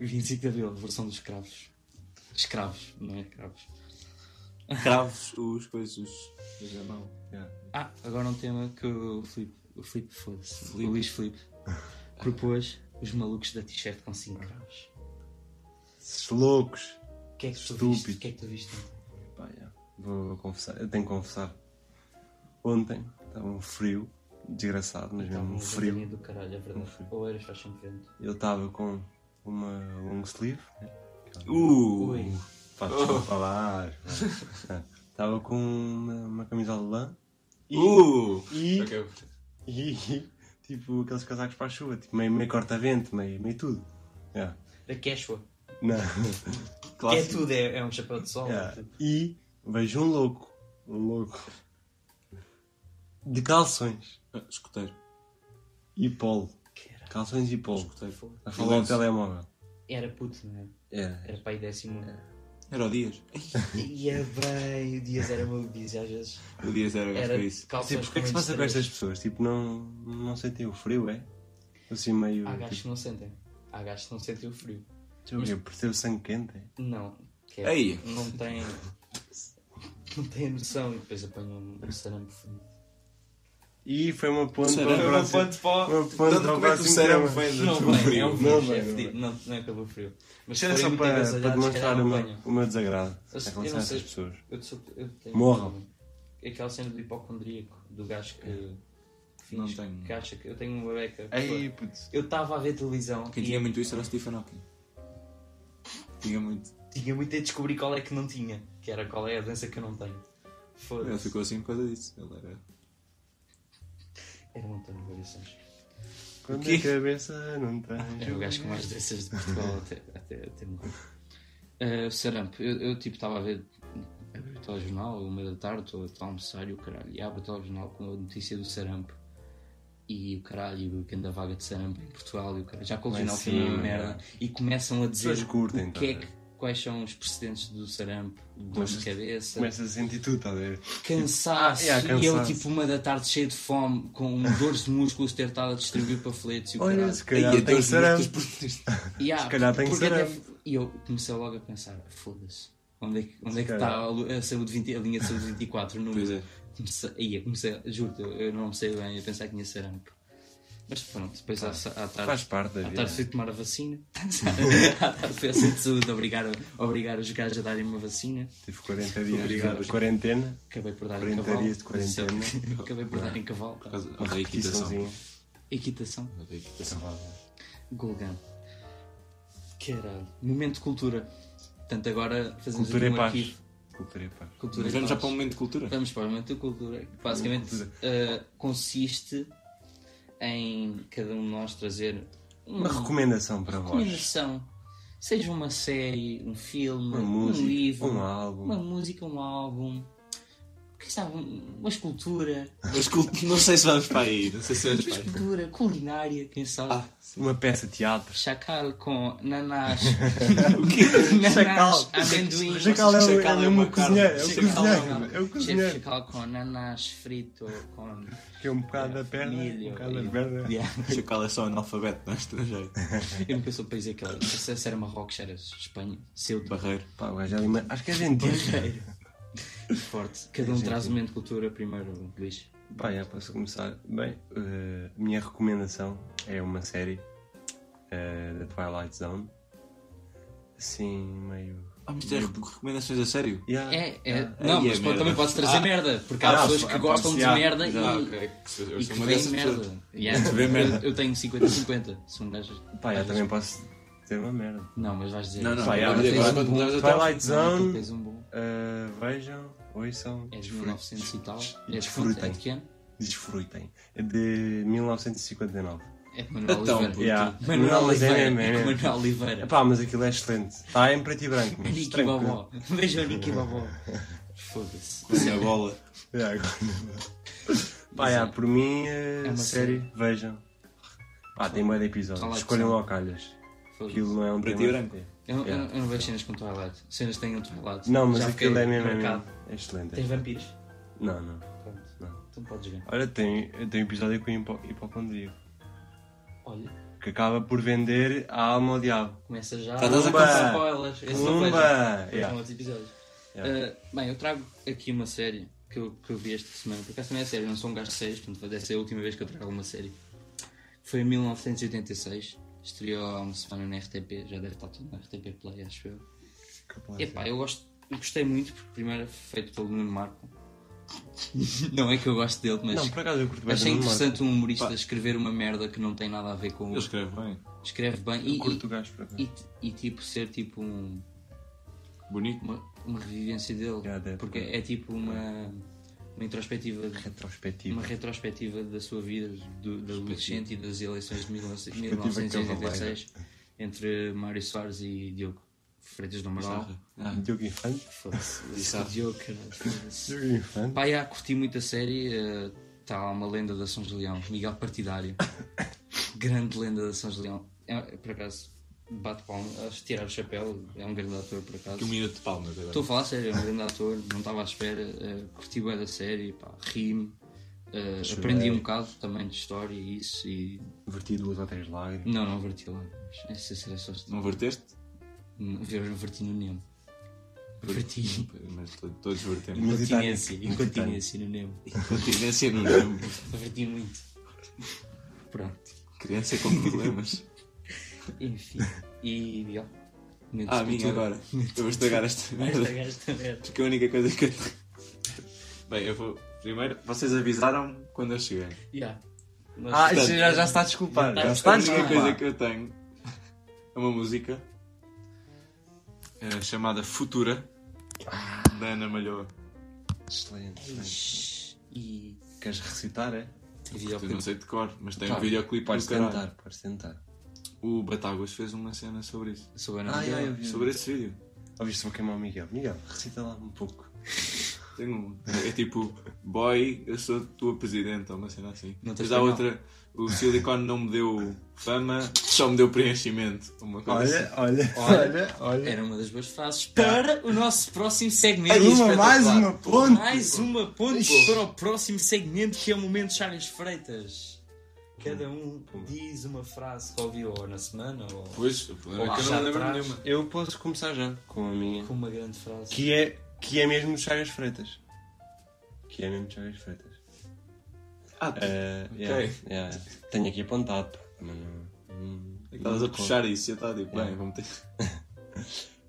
[SPEAKER 2] 25 de abril, a revolução dos cravos. Escravos, não é cravos.
[SPEAKER 3] Cravos, os coisas. Os
[SPEAKER 1] é,
[SPEAKER 3] os anão.
[SPEAKER 1] Yeah.
[SPEAKER 2] Ah, agora um tema que o Filipe, o Filipe foda-se, o
[SPEAKER 3] Filipe.
[SPEAKER 2] Luís Filipe propôs os malucos da t-shirt com 5 cravos.
[SPEAKER 1] Esses loucos.
[SPEAKER 2] O que é que tu viste?
[SPEAKER 1] Estúpido.
[SPEAKER 2] O que é que tu viste?
[SPEAKER 1] Pá, já. Vou, vou confessar, eu tenho que confessar. Ontem estava um frio desgraçado, mas
[SPEAKER 2] Estava
[SPEAKER 1] mesmo um
[SPEAKER 2] uma
[SPEAKER 1] frio. um
[SPEAKER 2] ventania do caralho, é verdade. Ou eras faz sempre vento.
[SPEAKER 1] Eu estava com uma long sleeve, né?
[SPEAKER 3] Uh!
[SPEAKER 2] Ui.
[SPEAKER 1] Pá, desculpa falar. Estava né? com uma, uma camisola de lã e,
[SPEAKER 3] Uh!
[SPEAKER 1] e,
[SPEAKER 3] Ok.
[SPEAKER 1] e, tipo aqueles casacos para a chuva, tipo meio, meio corta-vento, meio, meio tudo. Yeah.
[SPEAKER 2] A Quechua.
[SPEAKER 1] Não.
[SPEAKER 2] Que é
[SPEAKER 3] Clássico.
[SPEAKER 2] tudo, é, é um chapéu de sol.
[SPEAKER 1] *laughs* Yeah. E vejo um louco, um louco, de calções
[SPEAKER 3] Ah, Escuteiro.
[SPEAKER 1] e polo.
[SPEAKER 2] Caralho.
[SPEAKER 1] Calções e polo.
[SPEAKER 3] Escuteiro.
[SPEAKER 1] A falar no
[SPEAKER 3] Ilanço.
[SPEAKER 1] telemóvel.
[SPEAKER 2] Era puto, não é?
[SPEAKER 1] É.
[SPEAKER 2] Era pai décimo.
[SPEAKER 3] Era o Dias.
[SPEAKER 2] Ia bem, o Dias era meu Dias e às vezes.
[SPEAKER 3] O Dias era o gajo
[SPEAKER 2] Era
[SPEAKER 3] para isso.
[SPEAKER 2] calções
[SPEAKER 1] Tipo, o que é que se
[SPEAKER 2] menos
[SPEAKER 1] passa com
[SPEAKER 2] três.
[SPEAKER 1] estas pessoas? Tipo, não, não sentem o frio, é? Assim meio.
[SPEAKER 2] Há gajos
[SPEAKER 1] Tipo,
[SPEAKER 2] que não sentem. Há gajos que não sentem o frio.
[SPEAKER 1] tipo, eu percebo sangue quente, é?
[SPEAKER 2] Não. Que
[SPEAKER 3] Ei.
[SPEAKER 2] Não têm. Não têm noção e depois apanham um sarampo fudido.
[SPEAKER 1] E foi uma ponte para
[SPEAKER 3] Será?
[SPEAKER 1] o
[SPEAKER 3] Foi uma
[SPEAKER 1] próximo-
[SPEAKER 2] pó.
[SPEAKER 1] uma ponte
[SPEAKER 3] Portanto,
[SPEAKER 1] para o
[SPEAKER 3] como é que o
[SPEAKER 1] próximo
[SPEAKER 3] cérebro
[SPEAKER 1] tema.
[SPEAKER 3] vem
[SPEAKER 2] Não,
[SPEAKER 3] do
[SPEAKER 2] bem, é um
[SPEAKER 3] frio?
[SPEAKER 1] Não,
[SPEAKER 2] vírus,
[SPEAKER 1] bem,
[SPEAKER 2] é
[SPEAKER 1] não,
[SPEAKER 2] fedido. Não, não acabou frio. Mas
[SPEAKER 1] Era só
[SPEAKER 2] forem muito
[SPEAKER 1] para, para
[SPEAKER 2] agasalhados,
[SPEAKER 1] demonstrar
[SPEAKER 2] calhar
[SPEAKER 1] o
[SPEAKER 2] não
[SPEAKER 1] meu,
[SPEAKER 2] apanham.
[SPEAKER 1] o meu desagrado
[SPEAKER 2] Eu
[SPEAKER 1] em
[SPEAKER 2] sei- eu
[SPEAKER 1] relação
[SPEAKER 2] não
[SPEAKER 1] a essas
[SPEAKER 2] sei.
[SPEAKER 1] pessoas.
[SPEAKER 2] Eu sou, eu tenho
[SPEAKER 1] Morram.
[SPEAKER 2] Aquela cena do hipocondríaco, do gajo que
[SPEAKER 3] É. Não
[SPEAKER 2] finge
[SPEAKER 3] tenho.
[SPEAKER 2] que acha que eu tenho uma beca.
[SPEAKER 1] Aí, putz.
[SPEAKER 2] Eu estava a ver televisão
[SPEAKER 3] Quem
[SPEAKER 2] e
[SPEAKER 3] tinha muito isso era o Stephen Hawking. Tinha muito.
[SPEAKER 2] tinha muito a descobrir qual é que não tinha, que era qual é a doença que eu não tenho.
[SPEAKER 3] Ele
[SPEAKER 2] Foda-se.
[SPEAKER 3] ficou assim por causa disso. Ele era.
[SPEAKER 2] Era um António Variações.
[SPEAKER 1] Quando
[SPEAKER 3] quê?
[SPEAKER 1] a cabeça não tem. tipo,
[SPEAKER 2] Era É, o gajo com mais doenças de Portugal até, até, até morrer. Eh, sarampo, eu, eu, tipo estava a ver, a ver o telejornal, uma da tarde, ou a almoçar e o caralho, e abro o telejornal com a notícia do sarampo. E o caralho, o que anda vaga de sarampo em Portugal, e o caralho, já que o
[SPEAKER 1] Lá em
[SPEAKER 2] jornal foi uma
[SPEAKER 1] cima, é?
[SPEAKER 2] merda, e começam a dizer
[SPEAKER 1] pessoas curtem,
[SPEAKER 2] o que é
[SPEAKER 1] tá a ver?
[SPEAKER 2] que, quais são os precedentes do sarampo, dor de cabeça,
[SPEAKER 1] Começa a sentir tudo, estás a ver?
[SPEAKER 2] cansaço,
[SPEAKER 1] Ah, é,
[SPEAKER 2] e eu
[SPEAKER 1] cansaço.
[SPEAKER 2] tipo uma da tarde cheio de fome, com dores de músculos, ter estado a distribuir panfletos e o
[SPEAKER 1] Olha,
[SPEAKER 2] caralho.
[SPEAKER 1] se
[SPEAKER 3] Ei,
[SPEAKER 1] calhar
[SPEAKER 3] até
[SPEAKER 1] tem
[SPEAKER 3] os mortos
[SPEAKER 1] sarampo.
[SPEAKER 3] protagonistas.
[SPEAKER 2] E há-
[SPEAKER 1] *laughs* Se calhar tem que
[SPEAKER 2] porque
[SPEAKER 1] ser
[SPEAKER 2] até
[SPEAKER 1] ela.
[SPEAKER 2] f- E eu comecei logo a pensar: foda-se, onde é que, onde é que
[SPEAKER 1] calhar.
[SPEAKER 2] está a, lu- a saúde 20 a linha de saúde 24? Não,
[SPEAKER 3] Pois é.
[SPEAKER 2] comecei, ia, comecei, juro, eu, eu não me sei bem, eu pensei que tinha sarampo. Mas pronto, depois à, à
[SPEAKER 1] Faz
[SPEAKER 2] tarde.
[SPEAKER 1] parte da
[SPEAKER 3] Ah,
[SPEAKER 2] À
[SPEAKER 3] tá.
[SPEAKER 2] tarde
[SPEAKER 1] vida.
[SPEAKER 2] fui tomar a vacina. *laughs* à tarde fui ao centro de saúde obrigar, obrigar os gajos a darem uma vacina.
[SPEAKER 1] Tive 40 tipo, dias
[SPEAKER 2] Obrigado.
[SPEAKER 1] de quarentena.
[SPEAKER 2] Acabei por dar em
[SPEAKER 1] 40
[SPEAKER 2] cavalo.
[SPEAKER 1] dias de quarentena. *laughs*
[SPEAKER 2] Sim, Acabei por dar em cavalo.
[SPEAKER 3] Por causa
[SPEAKER 1] Uma
[SPEAKER 3] da equitação.
[SPEAKER 1] repetiçãozinha.
[SPEAKER 2] Equitação.
[SPEAKER 3] Por causa da equitação.
[SPEAKER 2] Golgan. Caralho. Momento de cultura. Portanto, agora fazemos
[SPEAKER 1] Cultura
[SPEAKER 2] aqui
[SPEAKER 1] e
[SPEAKER 2] um
[SPEAKER 1] paz.
[SPEAKER 2] arquivo.
[SPEAKER 1] Cultura e paz.
[SPEAKER 2] Cultura
[SPEAKER 3] Mas
[SPEAKER 2] e
[SPEAKER 3] vamos já
[SPEAKER 2] paz.
[SPEAKER 3] para um momento de cultura.
[SPEAKER 2] Vamos para o momento da cultura. que Basicamente
[SPEAKER 1] Cultura.
[SPEAKER 2] eh, consiste em cada um de nós trazer
[SPEAKER 1] Uma recomendação para vós.
[SPEAKER 2] recomendação. Seja uma série, um filme,
[SPEAKER 1] Uma
[SPEAKER 2] um
[SPEAKER 1] música,
[SPEAKER 2] livro,
[SPEAKER 1] um
[SPEAKER 2] uma
[SPEAKER 1] álbum.
[SPEAKER 2] música, um álbum. Quem sabe, um- uma escultura,
[SPEAKER 3] Mas cult- não sei se vamos para aí. Não sei se vamos
[SPEAKER 2] uma
[SPEAKER 3] para aí.
[SPEAKER 2] escultura culinária, quem sabe?
[SPEAKER 3] Ah, *laughs*
[SPEAKER 1] Uma peça de teatro.
[SPEAKER 2] Chacal com nanás,
[SPEAKER 1] *laughs*
[SPEAKER 3] o quê?
[SPEAKER 2] nanás,
[SPEAKER 1] Chacal.
[SPEAKER 2] amendoim,
[SPEAKER 1] Chacal é, o-
[SPEAKER 3] Chacal
[SPEAKER 1] é,
[SPEAKER 3] é
[SPEAKER 1] uma
[SPEAKER 3] uma carne.
[SPEAKER 1] cozinheira. É o
[SPEAKER 3] Chacal
[SPEAKER 2] Chacal-
[SPEAKER 1] cozinheiro. É o
[SPEAKER 2] Chefe
[SPEAKER 1] cozinheiro.
[SPEAKER 2] chacal com nanás frito, com
[SPEAKER 1] Que é um bocado da perna. Um
[SPEAKER 2] milho
[SPEAKER 1] bocado
[SPEAKER 2] e-
[SPEAKER 1] da perna.
[SPEAKER 2] Yeah.
[SPEAKER 3] Chacal é só analfabeto, não é estrangeiro.
[SPEAKER 2] Eu nunca soube país é aquele. Não sei se era Marrocos, era Espanha, Ceuta,
[SPEAKER 3] Barreiro.
[SPEAKER 1] Pá, o gajo é alima- Acho que é argentino.
[SPEAKER 2] forte. Cada um traz um momento de cultura primeiro, Luís.
[SPEAKER 1] Pá, já posso começar. Bem, eh, minha recomendação é uma série eh, da Twilight Zone. Assim, meio.
[SPEAKER 3] Ah, mas tens recomendações a sério?
[SPEAKER 1] Yeah,
[SPEAKER 2] É, é.
[SPEAKER 1] yeah.
[SPEAKER 2] Não,
[SPEAKER 3] Aí é
[SPEAKER 2] mas
[SPEAKER 3] merda.
[SPEAKER 2] também podes trazer
[SPEAKER 3] Ah.
[SPEAKER 2] merda, porque há
[SPEAKER 1] Ah,
[SPEAKER 2] pessoas
[SPEAKER 1] ah,
[SPEAKER 2] que
[SPEAKER 1] pode
[SPEAKER 2] gostam de
[SPEAKER 1] ser.
[SPEAKER 2] merda e,
[SPEAKER 3] Ah, ok. Eu
[SPEAKER 2] e
[SPEAKER 3] sou
[SPEAKER 2] que
[SPEAKER 3] uma
[SPEAKER 2] vêm
[SPEAKER 3] dessas pessoas.
[SPEAKER 2] merda. Yeah,
[SPEAKER 3] *laughs* Que vê merda.
[SPEAKER 2] Eu, eu tenho 50-50. São gajas.
[SPEAKER 1] Pá, eu também posso ter uma merda.
[SPEAKER 2] um Não, mas vais dizer.
[SPEAKER 3] Não, não,
[SPEAKER 1] Vai,
[SPEAKER 3] agora-
[SPEAKER 1] vai,
[SPEAKER 3] agora
[SPEAKER 1] vai.
[SPEAKER 3] quando mudares a tua-
[SPEAKER 1] Twilight
[SPEAKER 2] um- Não, tu
[SPEAKER 1] Zone,
[SPEAKER 2] tens um bom.
[SPEAKER 1] eh, vejam, ouçam,
[SPEAKER 2] É de
[SPEAKER 1] desfrutem.
[SPEAKER 2] 1900 e tal.
[SPEAKER 1] E
[SPEAKER 2] É de
[SPEAKER 1] desfrutem.
[SPEAKER 2] é de quem?
[SPEAKER 1] desfrutem. É de 1959.
[SPEAKER 2] É de Manuel
[SPEAKER 3] Então,
[SPEAKER 2] Oliveira.
[SPEAKER 3] puto.
[SPEAKER 1] Yeah.
[SPEAKER 2] Manuel
[SPEAKER 1] Não, mas é mesmo, é
[SPEAKER 2] Oliveira.
[SPEAKER 1] mesmo.
[SPEAKER 2] Manuel Oliveira.
[SPEAKER 1] Pá, mas aquilo é excelente. Está em preto e branco. Mas
[SPEAKER 2] Niki
[SPEAKER 1] tranquilo.
[SPEAKER 2] Bobó. Vejam o Niki
[SPEAKER 3] *laughs*
[SPEAKER 2] Bobó. Foda-se.
[SPEAKER 3] Na bola.
[SPEAKER 1] É, agora Pá, já, por mim, eh,
[SPEAKER 2] É uma
[SPEAKER 1] série, vejam. Pá, tem meio de
[SPEAKER 2] Twilight
[SPEAKER 1] episódios. Escolham ao calhas.
[SPEAKER 2] Foda-se.
[SPEAKER 1] Aquilo não é um
[SPEAKER 3] Preto
[SPEAKER 1] tema-
[SPEAKER 3] e branco.
[SPEAKER 2] Eu, eu-
[SPEAKER 1] Yeah.
[SPEAKER 2] eu não vejo cenas com Twilight. Cenas que tenham Twilight.
[SPEAKER 1] É. Não, mas
[SPEAKER 2] Já
[SPEAKER 1] aquilo
[SPEAKER 2] fiquei
[SPEAKER 1] é mesmo, é
[SPEAKER 2] marcado.
[SPEAKER 1] mesmo. É excelente.
[SPEAKER 2] Tem vampiros?
[SPEAKER 1] Não, não.
[SPEAKER 2] Pronto.
[SPEAKER 1] Não.
[SPEAKER 2] Então podes ver.
[SPEAKER 1] Olha, tem, tem um episódio com hipo, hipocondríaco.
[SPEAKER 2] Olha,
[SPEAKER 1] Que acaba por vender a alma ao diabo.
[SPEAKER 2] começa já.
[SPEAKER 3] Já estás a
[SPEAKER 2] Pumba!
[SPEAKER 1] começar.
[SPEAKER 2] spoilers. Esse não
[SPEAKER 1] Pumba!
[SPEAKER 2] vejo. Vejam
[SPEAKER 1] Yeah.
[SPEAKER 2] outros episódios.
[SPEAKER 1] Yeah.
[SPEAKER 2] Uh, bem, eu trago aqui uma série que eu, que eu vi esta semana. Por acaso também é série, eu não sou um gajo de séries, portanto deve ser a última vez que eu trago uma série. Foi em 1986. Estreou há uma semana na RTP, já deve estar tudo na RTP Play, acho eu.
[SPEAKER 1] Que pode ser.
[SPEAKER 2] Epá, eu gosto, eu gostei muito porque primeiro é feito pelo Nuno Marco *laughs* Não é que eu gosto dele, mas
[SPEAKER 1] Não, por acaso eu curto bem
[SPEAKER 2] achei
[SPEAKER 1] do Nuno Marco.
[SPEAKER 2] interessante um humorista escrever uma merda que não tem nada a ver com
[SPEAKER 3] Ele
[SPEAKER 2] o.
[SPEAKER 3] escreve bem.
[SPEAKER 2] Escreve bem
[SPEAKER 1] Eu
[SPEAKER 2] e,
[SPEAKER 1] curto o gajo por acaso.
[SPEAKER 2] e, e, e, tipo ser tipo um,
[SPEAKER 3] Bonito.
[SPEAKER 2] uma, uma revivência dele.
[SPEAKER 1] Yeah, deve-
[SPEAKER 2] porque é tipo uma, uma introspectiva de-
[SPEAKER 1] Retrospectivo.
[SPEAKER 2] uma retrospectiva da sua vida do, da adolescente e das eleições de 19-
[SPEAKER 1] Perspectiva
[SPEAKER 2] 1986 entre Mário Soares e Diogo Freitas do Amaral.
[SPEAKER 3] Ah,
[SPEAKER 1] Diogo Infante.
[SPEAKER 2] Foda-se, é
[SPEAKER 3] Bizarro.
[SPEAKER 2] Diogo, caralho, foda-se.
[SPEAKER 1] Diogo Infante.
[SPEAKER 2] Pá, já curti muito a série. Está lá uma lenda da São Leão, Miguel Partidário. *coughs* grande lenda da São Leão. É, por acaso, bate palma, acho que tirar o chapéu, é um grande ator, por acaso.
[SPEAKER 3] que um minuto de palma, agora.
[SPEAKER 2] Estou a falar sério, é um grande ator, não estava à espera, eh, curti bem da série, pá, ri-me, eh, aprendi um bocado também de história e isso, e
[SPEAKER 1] Verti duas ou três lágrimas.
[SPEAKER 2] não, não verti lá, essa será só
[SPEAKER 3] Não verteste?
[SPEAKER 2] ver não verti no Nemo. Verti.
[SPEAKER 3] Mas to- todos vertemos.
[SPEAKER 1] No Titanic.
[SPEAKER 2] Incontinência, incontinência
[SPEAKER 1] No
[SPEAKER 2] no Nemo.
[SPEAKER 3] *laughs* Incontinência no nome.
[SPEAKER 2] Verti muito. Pronto,
[SPEAKER 3] Criança com
[SPEAKER 2] *laughs*
[SPEAKER 3] problemas.
[SPEAKER 2] enfim. E, ó,
[SPEAKER 3] Ah, a minha agora. Eu vou estragar esta merda.
[SPEAKER 2] merda.
[SPEAKER 3] Porque é a única coisa que eu tenho. Bem, eu vou. Primeiro, vocês avisaram quando eu cheguei.
[SPEAKER 2] Yeah. Mas-
[SPEAKER 1] Ah,
[SPEAKER 3] Portanto,
[SPEAKER 1] isso já, já está a desculpar.
[SPEAKER 2] já
[SPEAKER 1] Já
[SPEAKER 2] está
[SPEAKER 1] está
[SPEAKER 3] a
[SPEAKER 1] a
[SPEAKER 3] única coisa
[SPEAKER 1] desculpar.
[SPEAKER 3] que eu tenho é uma música eh, chamada Futura da Ana Malhoa.
[SPEAKER 1] Excelente. excelente.
[SPEAKER 2] Shhh, E
[SPEAKER 1] Queres recitar, é?
[SPEAKER 2] tem
[SPEAKER 3] Eu não
[SPEAKER 2] videoclipe.
[SPEAKER 3] sei de cor, mas tem
[SPEAKER 1] Pá,
[SPEAKER 3] um videoclipe
[SPEAKER 1] é Podes
[SPEAKER 3] do caralho.
[SPEAKER 1] tentar, podes tentar.
[SPEAKER 3] O Batáguas fez uma cena sobre isso.
[SPEAKER 2] Sou Ana
[SPEAKER 1] Ah,
[SPEAKER 2] Miguel.
[SPEAKER 1] yeah, eu vi.
[SPEAKER 3] Sobre esse vídeo.
[SPEAKER 1] Ouviste, vou queimar o Miguel. Miguel, recita lá um pouco.
[SPEAKER 3] Tem um. É tipo, boy, eu sou tua presidenta, uma cena assim.
[SPEAKER 2] Não tens
[SPEAKER 3] Depois há
[SPEAKER 2] canal.
[SPEAKER 3] outra, o silicone não me deu fama, só me deu preenchimento. Uma coisa assim.
[SPEAKER 1] olha, olha, olha.
[SPEAKER 2] Era uma das boas frases para o nosso próximo segmento.
[SPEAKER 1] Aí uma, mais
[SPEAKER 2] Espetacular.
[SPEAKER 1] uma ponte.
[SPEAKER 2] Mais uma ponte
[SPEAKER 1] Ixi.
[SPEAKER 2] para o próximo segmento que é o momento Chagas Freitas. Cada um diz uma frase que ouviu ou na semana ou
[SPEAKER 3] Pois, o problema é que eu
[SPEAKER 2] Já
[SPEAKER 3] não me lembro
[SPEAKER 2] atrás.
[SPEAKER 3] nenhuma.
[SPEAKER 1] Eu posso começar já com a minha.
[SPEAKER 2] com uma grande frase.
[SPEAKER 1] Que é, que é mesmo de Chagas Freitas. Que é mesmo de Chagas Freitas.
[SPEAKER 3] Ah, tu-
[SPEAKER 1] Eh,
[SPEAKER 3] Ok.
[SPEAKER 1] yeah, yeah. Tenho aqui apontado. Mas não, não-
[SPEAKER 3] é que estavas a
[SPEAKER 1] não me
[SPEAKER 3] puxar isso, eu estava tipo,
[SPEAKER 1] É.
[SPEAKER 3] bem, vamos ter.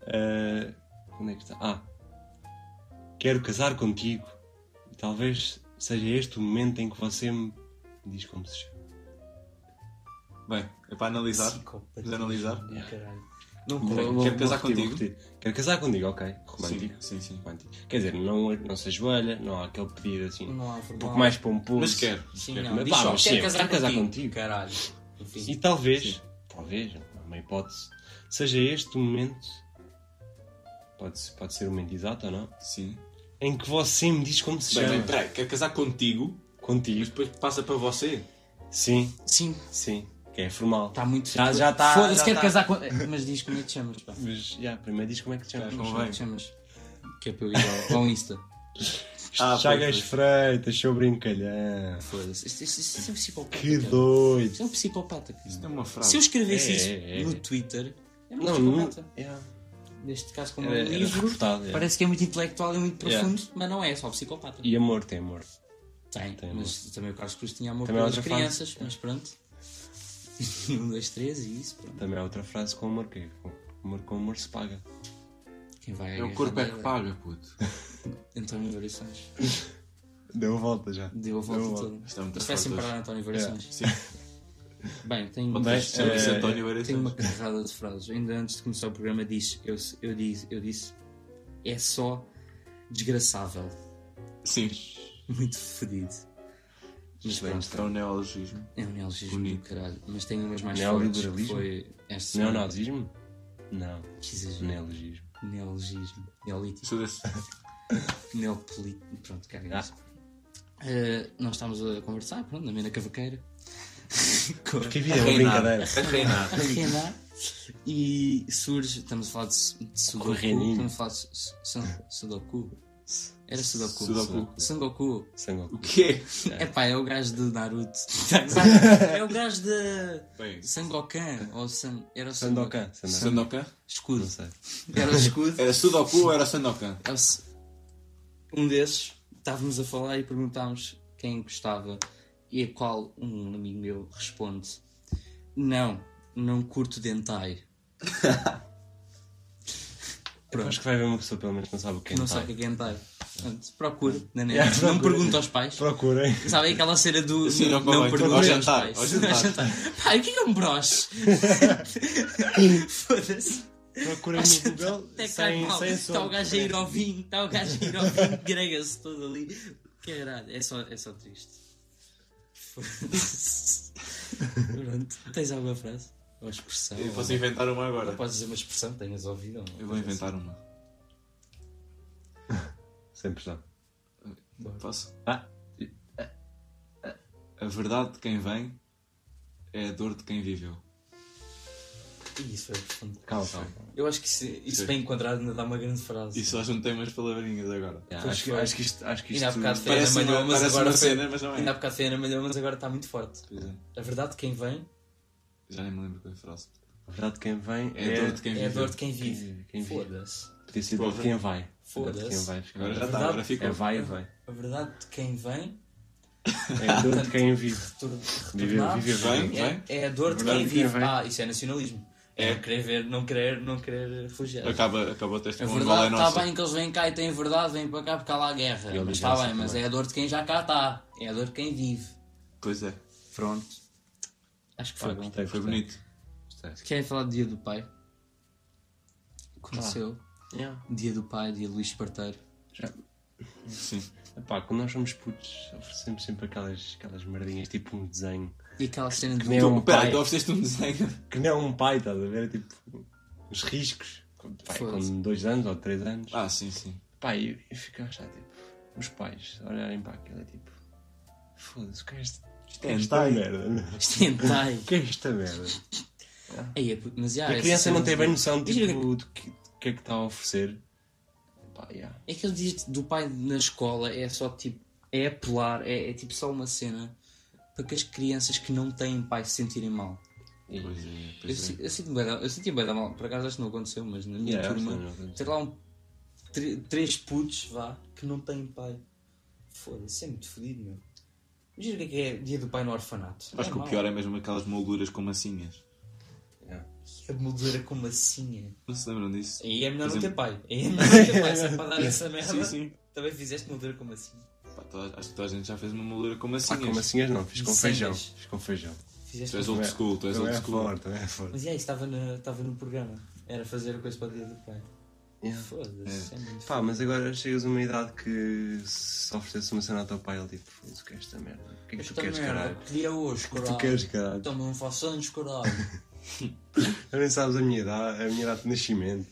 [SPEAKER 1] Uh, onde é que está? Ah, quero casar contigo. E Talvez seja este o momento em que você me diz como se chama.
[SPEAKER 3] Bem, é para analisar.
[SPEAKER 2] Psicopatia.
[SPEAKER 3] Vamos analisar?
[SPEAKER 2] do
[SPEAKER 1] Yeah.
[SPEAKER 2] caralho. Não
[SPEAKER 1] Vou-
[SPEAKER 2] convém.
[SPEAKER 1] vou-
[SPEAKER 3] quero casar
[SPEAKER 1] vou repetir,
[SPEAKER 3] contigo.
[SPEAKER 1] vou repetir. Quero casar contigo, ok. Romântico.
[SPEAKER 3] Sim, sim, sim.
[SPEAKER 1] Romântico. Quer dizer, não, não se ajoelha, não há aquele pedido assim.
[SPEAKER 2] Não há
[SPEAKER 1] Um
[SPEAKER 2] formal.
[SPEAKER 1] pouco mais pomposo.
[SPEAKER 3] Mas quero.
[SPEAKER 2] Sim,
[SPEAKER 3] quero.
[SPEAKER 2] não.
[SPEAKER 1] Mas
[SPEAKER 2] Diz
[SPEAKER 1] pá,
[SPEAKER 2] só,
[SPEAKER 1] é mas
[SPEAKER 2] quero
[SPEAKER 1] sim,
[SPEAKER 2] casar,
[SPEAKER 1] quero casar
[SPEAKER 2] contigo.
[SPEAKER 1] contigo.
[SPEAKER 2] Caralho. Enfim.
[SPEAKER 1] E talvez, talvez, uma hipótese, seja este o momento. Pode, ser- pode ser o momento exato ou não?
[SPEAKER 3] Sim.
[SPEAKER 1] Em que você me diz como se
[SPEAKER 3] Bem, então-
[SPEAKER 1] chama.
[SPEAKER 3] bem, peraí, quero casar contigo, mas
[SPEAKER 1] Contigo.
[SPEAKER 3] depois passa para você.
[SPEAKER 1] Sim,
[SPEAKER 2] Sim,
[SPEAKER 1] sim. Que é formal.
[SPEAKER 2] está muito.
[SPEAKER 1] Já- já tá-
[SPEAKER 2] Foda-se,
[SPEAKER 1] já
[SPEAKER 2] quero
[SPEAKER 1] tá.
[SPEAKER 2] casar com. Mas diz como é que te chamas, pá.
[SPEAKER 1] Mas, já, primeiro diz como é que te chamas.
[SPEAKER 3] Tá.
[SPEAKER 2] Como é
[SPEAKER 3] Convém.
[SPEAKER 2] que te chamas? Que é para eu ir ao- ao Insta.
[SPEAKER 3] Ah,
[SPEAKER 1] Chagas
[SPEAKER 3] pois,
[SPEAKER 1] Freitas, seu brincalhão.
[SPEAKER 2] Foda-se. Isso, isso- isso é um psicopata.
[SPEAKER 1] Que
[SPEAKER 2] cara.
[SPEAKER 1] doido.
[SPEAKER 2] Isso é um psicopata. cara.
[SPEAKER 3] Isto é uma frase.
[SPEAKER 2] Se eu escrevesse
[SPEAKER 1] É,
[SPEAKER 2] isso
[SPEAKER 1] é, é.
[SPEAKER 2] no Twitter, era um
[SPEAKER 1] Não, não. é.
[SPEAKER 2] psicopata.
[SPEAKER 1] Yeah.
[SPEAKER 2] Neste caso, como
[SPEAKER 1] Era,
[SPEAKER 2] é um
[SPEAKER 1] era
[SPEAKER 2] livro,
[SPEAKER 1] reportado. yeah.
[SPEAKER 2] parece que é muito intelectual e muito
[SPEAKER 1] Yeah.
[SPEAKER 2] profundo, mas não é, só psicopata.
[SPEAKER 1] E amor tem amor.
[SPEAKER 2] Tem,
[SPEAKER 1] Tem
[SPEAKER 2] mas também o Carlos Cruz tinha amor
[SPEAKER 1] Também é
[SPEAKER 2] pelas
[SPEAKER 1] outra
[SPEAKER 2] crianças, mas pronto. *laughs* um, dois, três e isso. Pronto.
[SPEAKER 1] Também há outra frase com amor que é, com amor com amor se paga.
[SPEAKER 2] Quem vai à
[SPEAKER 3] É o
[SPEAKER 2] guerra
[SPEAKER 3] corpo é
[SPEAKER 2] manda-
[SPEAKER 3] que paga, puto.
[SPEAKER 2] António Variações.
[SPEAKER 1] Deu a volta já.
[SPEAKER 2] Deu a volta toda.
[SPEAKER 3] Isto é muito
[SPEAKER 2] Isto vai sempre
[SPEAKER 3] forte
[SPEAKER 2] parar António Variações.
[SPEAKER 3] Sim.
[SPEAKER 2] Bem, tenho
[SPEAKER 3] Bom, é.
[SPEAKER 1] Bem,
[SPEAKER 3] se eu disse
[SPEAKER 1] eh,
[SPEAKER 3] António
[SPEAKER 2] Eu tenho
[SPEAKER 3] Variações.
[SPEAKER 2] é? uma carrada de frases. Ainda antes de começar o programa, disse, eu, eu, disse, eu disse: é só desgraçável.
[SPEAKER 3] Sim.
[SPEAKER 2] Muito fedido. Mas pronto,
[SPEAKER 3] Isto é um neologismo.
[SPEAKER 2] é um neologismo do
[SPEAKER 3] Bonito.
[SPEAKER 2] caralho. Mas tem umas mais fortes.
[SPEAKER 1] Neoliberalismo?
[SPEAKER 2] que Foi esta semana.
[SPEAKER 1] Neonazismo? é um Não. é
[SPEAKER 2] Que exagero.
[SPEAKER 1] Neologismo.
[SPEAKER 2] Neologismo. Neolítico.
[SPEAKER 3] Sou desse.
[SPEAKER 2] Neopolítico. Pronto, caga
[SPEAKER 1] Ah.
[SPEAKER 2] nisso. Eh, nós estávamos a conversar, pronto, na minha cavaqueira. *laughs* Com-
[SPEAKER 1] Que vida é uma brincadeira.
[SPEAKER 3] A reinar.
[SPEAKER 2] a reinar e surge. Estamos a falar de, su- de Sudoku.
[SPEAKER 1] Correninho.
[SPEAKER 2] Estamos a falar de su- su- san- Sudoku. Era Sudoku.
[SPEAKER 3] Sudoku.
[SPEAKER 2] Sangoku.
[SPEAKER 1] Sangoku.
[SPEAKER 3] O que é?
[SPEAKER 2] É pá, é o gajo de *laughs* Naruto. é o gajo de.
[SPEAKER 3] Bem,
[SPEAKER 2] Sangokan. Ou San... Era o Sangokan.
[SPEAKER 1] Sandokan. Sandokan.
[SPEAKER 3] Sandokan?
[SPEAKER 1] Não
[SPEAKER 2] Escudo.
[SPEAKER 1] sei.
[SPEAKER 2] Era o escudo.
[SPEAKER 3] Era Sudoku ou era Sandokan?
[SPEAKER 2] É o s- Um desses, estávamos a falar e perguntámos quem gostava e a qual um amigo meu responde: Não, não curto Dentai.
[SPEAKER 1] Eu acho que vai haver uma pessoa pelo menos que não sabe o que é
[SPEAKER 2] Não
[SPEAKER 1] hentai.
[SPEAKER 2] sabe o que é Dentai. Portanto, procure na
[SPEAKER 3] *laughs*
[SPEAKER 2] net.
[SPEAKER 1] Yeah,
[SPEAKER 2] não
[SPEAKER 1] procure.
[SPEAKER 2] pergunte aos pais.
[SPEAKER 1] Procurem.
[SPEAKER 2] Sabe aquela cena do
[SPEAKER 3] Sim,
[SPEAKER 2] não,
[SPEAKER 3] não
[SPEAKER 2] não
[SPEAKER 3] convém.
[SPEAKER 2] pergunte
[SPEAKER 3] Ao
[SPEAKER 2] aos
[SPEAKER 3] jantar,
[SPEAKER 2] pais.
[SPEAKER 3] ao jantar.
[SPEAKER 2] Pai, o que é que é um
[SPEAKER 3] *laughs*
[SPEAKER 2] broche? Foda-se.
[SPEAKER 1] Procurem
[SPEAKER 2] Ao
[SPEAKER 1] no
[SPEAKER 2] jantar,
[SPEAKER 1] Google
[SPEAKER 2] Até cai
[SPEAKER 1] sem,
[SPEAKER 2] mal.
[SPEAKER 1] sem
[SPEAKER 2] Está o
[SPEAKER 1] som.
[SPEAKER 2] gajo a ir ao vinho, está o gajo a ir ao vinho, grega-se todo ali. Caralho, é só, é só triste. Foda-se. Pronto, tens alguma frase? Ou expressão?
[SPEAKER 3] Eu
[SPEAKER 2] Ou-
[SPEAKER 3] posso inventar uma agora.
[SPEAKER 2] Ou podes dizer uma expressão que tenhas ouvido? ou não?
[SPEAKER 3] Eu vou inventar uma.
[SPEAKER 1] Sem pressão.
[SPEAKER 3] Posso?
[SPEAKER 1] Ah.
[SPEAKER 3] ah. A verdade de quem vem é a dor de quem viveu.
[SPEAKER 2] Ih, Isso foi profundo.
[SPEAKER 1] Calma, calma.
[SPEAKER 2] Eu acho que isso, isso
[SPEAKER 3] Sim.
[SPEAKER 2] bem enquadrado ainda dá uma grande frase.
[SPEAKER 3] E só juntei umas palavrinhas agora.
[SPEAKER 1] Yeah,
[SPEAKER 2] Pois
[SPEAKER 1] É, acho, que,
[SPEAKER 2] foi.
[SPEAKER 1] acho que isto. Acho que isto
[SPEAKER 2] Ainda há bocado foi
[SPEAKER 3] Parece
[SPEAKER 2] Ana
[SPEAKER 3] uma-
[SPEAKER 2] Malhou, É, mas é
[SPEAKER 3] parece
[SPEAKER 2] agora
[SPEAKER 3] uma
[SPEAKER 2] foi-
[SPEAKER 3] cena, mas não é.
[SPEAKER 2] Ainda há bocado foi Ana Malhão, mas agora está muito forte.
[SPEAKER 3] Pois é.
[SPEAKER 2] A verdade de quem vem
[SPEAKER 3] Já nem me lembro qual é a frase.
[SPEAKER 1] a verdade de quem vem
[SPEAKER 3] É a dor de quem
[SPEAKER 2] é a
[SPEAKER 3] viveu.
[SPEAKER 2] dor de quem vive.
[SPEAKER 1] Quem vive.
[SPEAKER 2] Foda-se.
[SPEAKER 1] Podia ser dor de quem vai. É Dor de quem
[SPEAKER 2] Foda-se.
[SPEAKER 1] vai.
[SPEAKER 3] Agora já
[SPEAKER 2] A
[SPEAKER 3] está,
[SPEAKER 2] verdade
[SPEAKER 3] agora ficou.
[SPEAKER 1] É vai e vai.
[SPEAKER 2] A verdade de quem vem
[SPEAKER 1] É a dor de quem vive.
[SPEAKER 2] retor-
[SPEAKER 1] Viver,
[SPEAKER 2] retornar
[SPEAKER 1] viver
[SPEAKER 3] Vem,
[SPEAKER 1] bem.
[SPEAKER 3] vem.
[SPEAKER 2] é, é a dor de
[SPEAKER 1] Verdade
[SPEAKER 2] quem
[SPEAKER 1] de quem
[SPEAKER 2] vive.
[SPEAKER 1] vem.
[SPEAKER 2] Ah, isso é nacionalismo. É,
[SPEAKER 3] É.
[SPEAKER 2] não querer ver, não querer, não querer refugiar.
[SPEAKER 3] Acaba, acaba o teste
[SPEAKER 2] A
[SPEAKER 3] com Angola é
[SPEAKER 2] verdade,
[SPEAKER 3] nossa.
[SPEAKER 2] está bem que eles vêm cá e têm verdade, vêm para cá porque há lá a guerra.
[SPEAKER 1] E a
[SPEAKER 2] Mas está
[SPEAKER 1] vingança
[SPEAKER 2] bem, mas
[SPEAKER 1] também.
[SPEAKER 2] é a dor de quem já cá está. É a dor de quem vive.
[SPEAKER 3] Pois é.
[SPEAKER 2] Pronto. Acho que foi bom.
[SPEAKER 1] Gostei,
[SPEAKER 3] Foi
[SPEAKER 1] gostei.
[SPEAKER 3] bonito.
[SPEAKER 1] Gostei.
[SPEAKER 2] Querem falar do dia do pai? Aconteceu.
[SPEAKER 1] Yeah.
[SPEAKER 2] Dia do pai, dia de Luís Parteiro.
[SPEAKER 1] Já-
[SPEAKER 3] Sim.
[SPEAKER 1] Epá, quando nós somos putos, oferecemos sempre aquelas, aquelas merdinhas, tipo um desenho.
[SPEAKER 2] E aquela cena de
[SPEAKER 1] nem é um
[SPEAKER 3] Pera,
[SPEAKER 1] pai.
[SPEAKER 3] tu ofereceste um desenho.
[SPEAKER 1] Que não é um pai, estás a ver? É Tipo, os riscos. Pai,
[SPEAKER 2] Foda-se.
[SPEAKER 1] com dois anos ou três anos.
[SPEAKER 3] Ah, sim, sim.
[SPEAKER 1] Pá, e eu fico a achar, tipo, os pais olharem para aquilo é tipo, foda-se, o que é este? Isto
[SPEAKER 2] um
[SPEAKER 3] é
[SPEAKER 1] esta
[SPEAKER 3] hentai.
[SPEAKER 1] merda, né?
[SPEAKER 2] Isto é hentai.
[SPEAKER 1] O que é esta merda?
[SPEAKER 2] Ei, é pu- mas já,
[SPEAKER 1] E a
[SPEAKER 2] essa
[SPEAKER 1] criança
[SPEAKER 2] cena
[SPEAKER 1] não tem
[SPEAKER 2] de-
[SPEAKER 1] bem noção
[SPEAKER 2] Imagina
[SPEAKER 1] tipo, do, que, do que é que está a oferecer. Pá, yeah.
[SPEAKER 2] que- Aquele dia do pai na escola é só tipo. É apelar, é, é tipo só uma cena para que as crianças que não têm pai se sentirem mal.
[SPEAKER 1] E-
[SPEAKER 3] Pois é,
[SPEAKER 2] Eu,
[SPEAKER 3] pois é.
[SPEAKER 2] si- eu senti bem, da- eu senti bem da mal, por acaso acho que não aconteceu, mas na minha
[SPEAKER 1] Yeah, acho que
[SPEAKER 2] turma,
[SPEAKER 1] não aconteceu.
[SPEAKER 2] ter lá um, tre- três putos, vá, que não têm pai. Foda-se, é muito fodido, meu. Imagina o que é que é dia do pai no orfanato.
[SPEAKER 3] Acho que o pior é mesmo aquelas molduras com massinhas.
[SPEAKER 1] yeah.
[SPEAKER 2] é. A moldura com massinha.
[SPEAKER 3] Não se lembram disso?
[SPEAKER 2] Aí é melhor
[SPEAKER 3] Por
[SPEAKER 2] não ter
[SPEAKER 3] exemplo-
[SPEAKER 2] pai. Aí é melhor não ter pai, só para dar essa merda.
[SPEAKER 3] Sim, sim.
[SPEAKER 2] Também fizeste moldura assim? com massinha.
[SPEAKER 3] Pá, toda- acho que toda a gente já fez uma moldura com
[SPEAKER 1] Pá,
[SPEAKER 3] massinhas.
[SPEAKER 1] com massinhas não, fiz com
[SPEAKER 2] Massinhas.
[SPEAKER 1] feijão. Fiz com feijão.
[SPEAKER 2] Fizeste
[SPEAKER 3] Tu és
[SPEAKER 2] moldura.
[SPEAKER 3] old school, tu és
[SPEAKER 1] Também
[SPEAKER 3] old
[SPEAKER 1] é
[SPEAKER 3] school.
[SPEAKER 1] forte, também é forte.
[SPEAKER 2] Mas é, isso estava na- estava no programa. Era fazer a coisa para o dia do pai.
[SPEAKER 1] Yeah.
[SPEAKER 2] Foda-se, é muito
[SPEAKER 1] Pá, mas agora chegas a uma idade que se oferecesse uma cena ao teu pai, ele tipo, foda-se, o que é esta merda? Então- O que é que tu
[SPEAKER 2] Esta
[SPEAKER 1] queres,
[SPEAKER 2] merda,
[SPEAKER 1] caralho?
[SPEAKER 2] Que dia é hoje,
[SPEAKER 1] O que
[SPEAKER 2] caralho?
[SPEAKER 1] tu queres, caralho?
[SPEAKER 2] Toma um façanhos, caralho.
[SPEAKER 1] Tu nem sabes a minha idade, a minha idade de nascimento.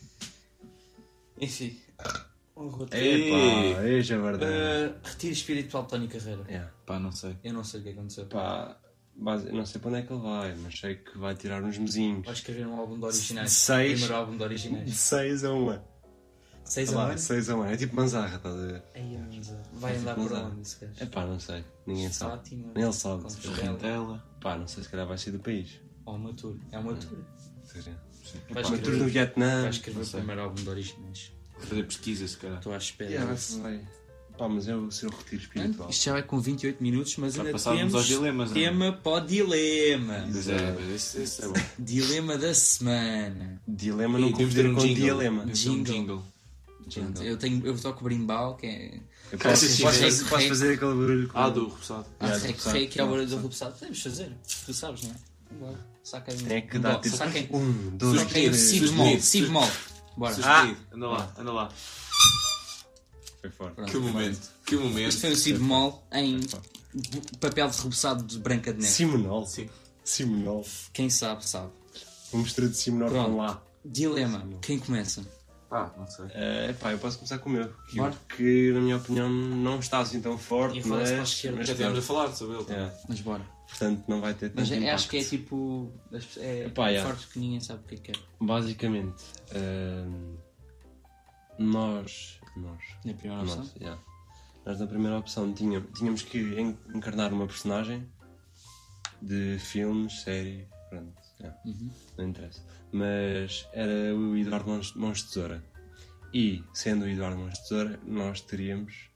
[SPEAKER 2] Enfim. Um roteiro.
[SPEAKER 1] Epá, eis a verdade.
[SPEAKER 2] Eh, retiro espiritual de Tony Carreira.
[SPEAKER 1] Yeah.
[SPEAKER 3] Pá, não sei.
[SPEAKER 2] Eu não sei o que aconteceu.
[SPEAKER 1] Pá, base- eu não sei para onde é que ele vai, mas sei que vai tirar uns mesinhos.
[SPEAKER 2] Vai escrever um álbum de originais.
[SPEAKER 1] Seis.
[SPEAKER 2] Primeiro álbum de
[SPEAKER 1] De
[SPEAKER 2] originais.
[SPEAKER 1] 6 a 1.
[SPEAKER 2] Seis a
[SPEAKER 1] Lá,
[SPEAKER 2] mais.
[SPEAKER 1] 6 a 1. É tipo manzarra, estás a ver?
[SPEAKER 2] Ai, Amanda. Vai andar por
[SPEAKER 1] Manzarra.
[SPEAKER 2] onde esse gajo?
[SPEAKER 1] Epá, É não sei. Ninguém sabe.
[SPEAKER 2] Fátima.
[SPEAKER 1] Nem ele sabe.
[SPEAKER 2] Confessional.
[SPEAKER 3] Dela.
[SPEAKER 1] Pá, não sei se calhar vai sair do país.
[SPEAKER 2] Ou uma tour. É uma tour. Vai
[SPEAKER 1] Pá, mas tudo
[SPEAKER 2] escrever,
[SPEAKER 1] no é Vietnã.
[SPEAKER 3] Ah,
[SPEAKER 2] vai escrever o primeiro álbum de originais.
[SPEAKER 3] Vou Fazer pesquisas, cara.
[SPEAKER 2] Estou à espera.
[SPEAKER 1] Yeah, vai
[SPEAKER 2] disso.
[SPEAKER 1] vai. é Pá, mas eu ser o retiro
[SPEAKER 2] Portanto,
[SPEAKER 1] espiritual.
[SPEAKER 2] Isto já vai com 28 minutos, mas
[SPEAKER 3] Já
[SPEAKER 2] ainda
[SPEAKER 3] passávamos
[SPEAKER 2] temos
[SPEAKER 3] aos dilemas, não é?
[SPEAKER 2] tema para o dilema.
[SPEAKER 3] Pois é, mas esse, esse é bom.
[SPEAKER 2] Dilema da semana.
[SPEAKER 1] Dilema
[SPEAKER 3] Ih,
[SPEAKER 1] não
[SPEAKER 3] devíamos ter
[SPEAKER 1] confundir
[SPEAKER 3] um
[SPEAKER 1] com
[SPEAKER 3] jingle.
[SPEAKER 1] dilema.
[SPEAKER 3] Devíamos ter um
[SPEAKER 2] Jingle.
[SPEAKER 3] *laughs* jingle.
[SPEAKER 2] Gente, eu, tenho, eu toco brimbal, que é...
[SPEAKER 1] Eu
[SPEAKER 3] Cara,
[SPEAKER 1] posso,
[SPEAKER 3] se
[SPEAKER 1] posso
[SPEAKER 3] tiver-
[SPEAKER 1] fazer, posso fazer aquele barulho com um
[SPEAKER 3] Ah, do repousado.
[SPEAKER 2] Ah,
[SPEAKER 1] Yeah,
[SPEAKER 2] rei,
[SPEAKER 1] do Rubsado.
[SPEAKER 2] rei, que é o barulho do Rubsado. Podemos fazer. Tu sabes, não é? Bora. Saca aí.
[SPEAKER 1] É que dá
[SPEAKER 2] Bom,
[SPEAKER 1] tipo.
[SPEAKER 2] Saca aí.
[SPEAKER 1] Um, dois,
[SPEAKER 2] Saca aí.
[SPEAKER 1] três.
[SPEAKER 2] Si
[SPEAKER 3] Sugerido.
[SPEAKER 2] bemol. Si bemol. Bora. Ah,
[SPEAKER 3] Sugerido. Ah, Anda lá, anda lá.
[SPEAKER 1] Foi forte.
[SPEAKER 2] Pronto.
[SPEAKER 3] Que momento. Que momento.
[SPEAKER 2] Este foi um si bemol em
[SPEAKER 1] É,
[SPEAKER 2] papel de Rubsado de Branca de Neve.
[SPEAKER 1] Simonol.
[SPEAKER 3] Sim.
[SPEAKER 1] Simonol.
[SPEAKER 2] Quem sabe, sabe.
[SPEAKER 1] Vamos mistura de Simonol
[SPEAKER 2] Pronto.
[SPEAKER 1] com lá.
[SPEAKER 2] Dilema. Quem começa?
[SPEAKER 3] Ah, não sei.
[SPEAKER 1] É pá, eu posso começar com o meu. Que,
[SPEAKER 2] Bora.
[SPEAKER 1] que, na minha opinião não está assim tão forte,
[SPEAKER 2] E roda-se
[SPEAKER 1] mas.
[SPEAKER 2] para a esquerda.
[SPEAKER 1] mas
[SPEAKER 3] Já tivemos a é
[SPEAKER 1] pronto.
[SPEAKER 3] falar sobre ele.
[SPEAKER 1] É,
[SPEAKER 2] Mas bora.
[SPEAKER 1] Portanto, não vai ter tanto
[SPEAKER 2] Mas é-
[SPEAKER 1] impacto.
[SPEAKER 2] acho que é tipo... as pessoas- É
[SPEAKER 1] Epá, yeah.
[SPEAKER 2] forte que ninguém sabe o que é que é.
[SPEAKER 1] Basicamente, hum, nós. Nós.
[SPEAKER 2] Na primeira
[SPEAKER 1] Nós,
[SPEAKER 2] opção.
[SPEAKER 1] yeah. Nós na primeira opção tínhamos, tínhamos que en- encarnar uma personagem de filmes, série, pronto, yeah,
[SPEAKER 2] Uhum.
[SPEAKER 1] não interessa. Mas era o Eduardo Mons, Mons Tesoura. E, sendo o Eduardo Mons Tesoura, nós teríamos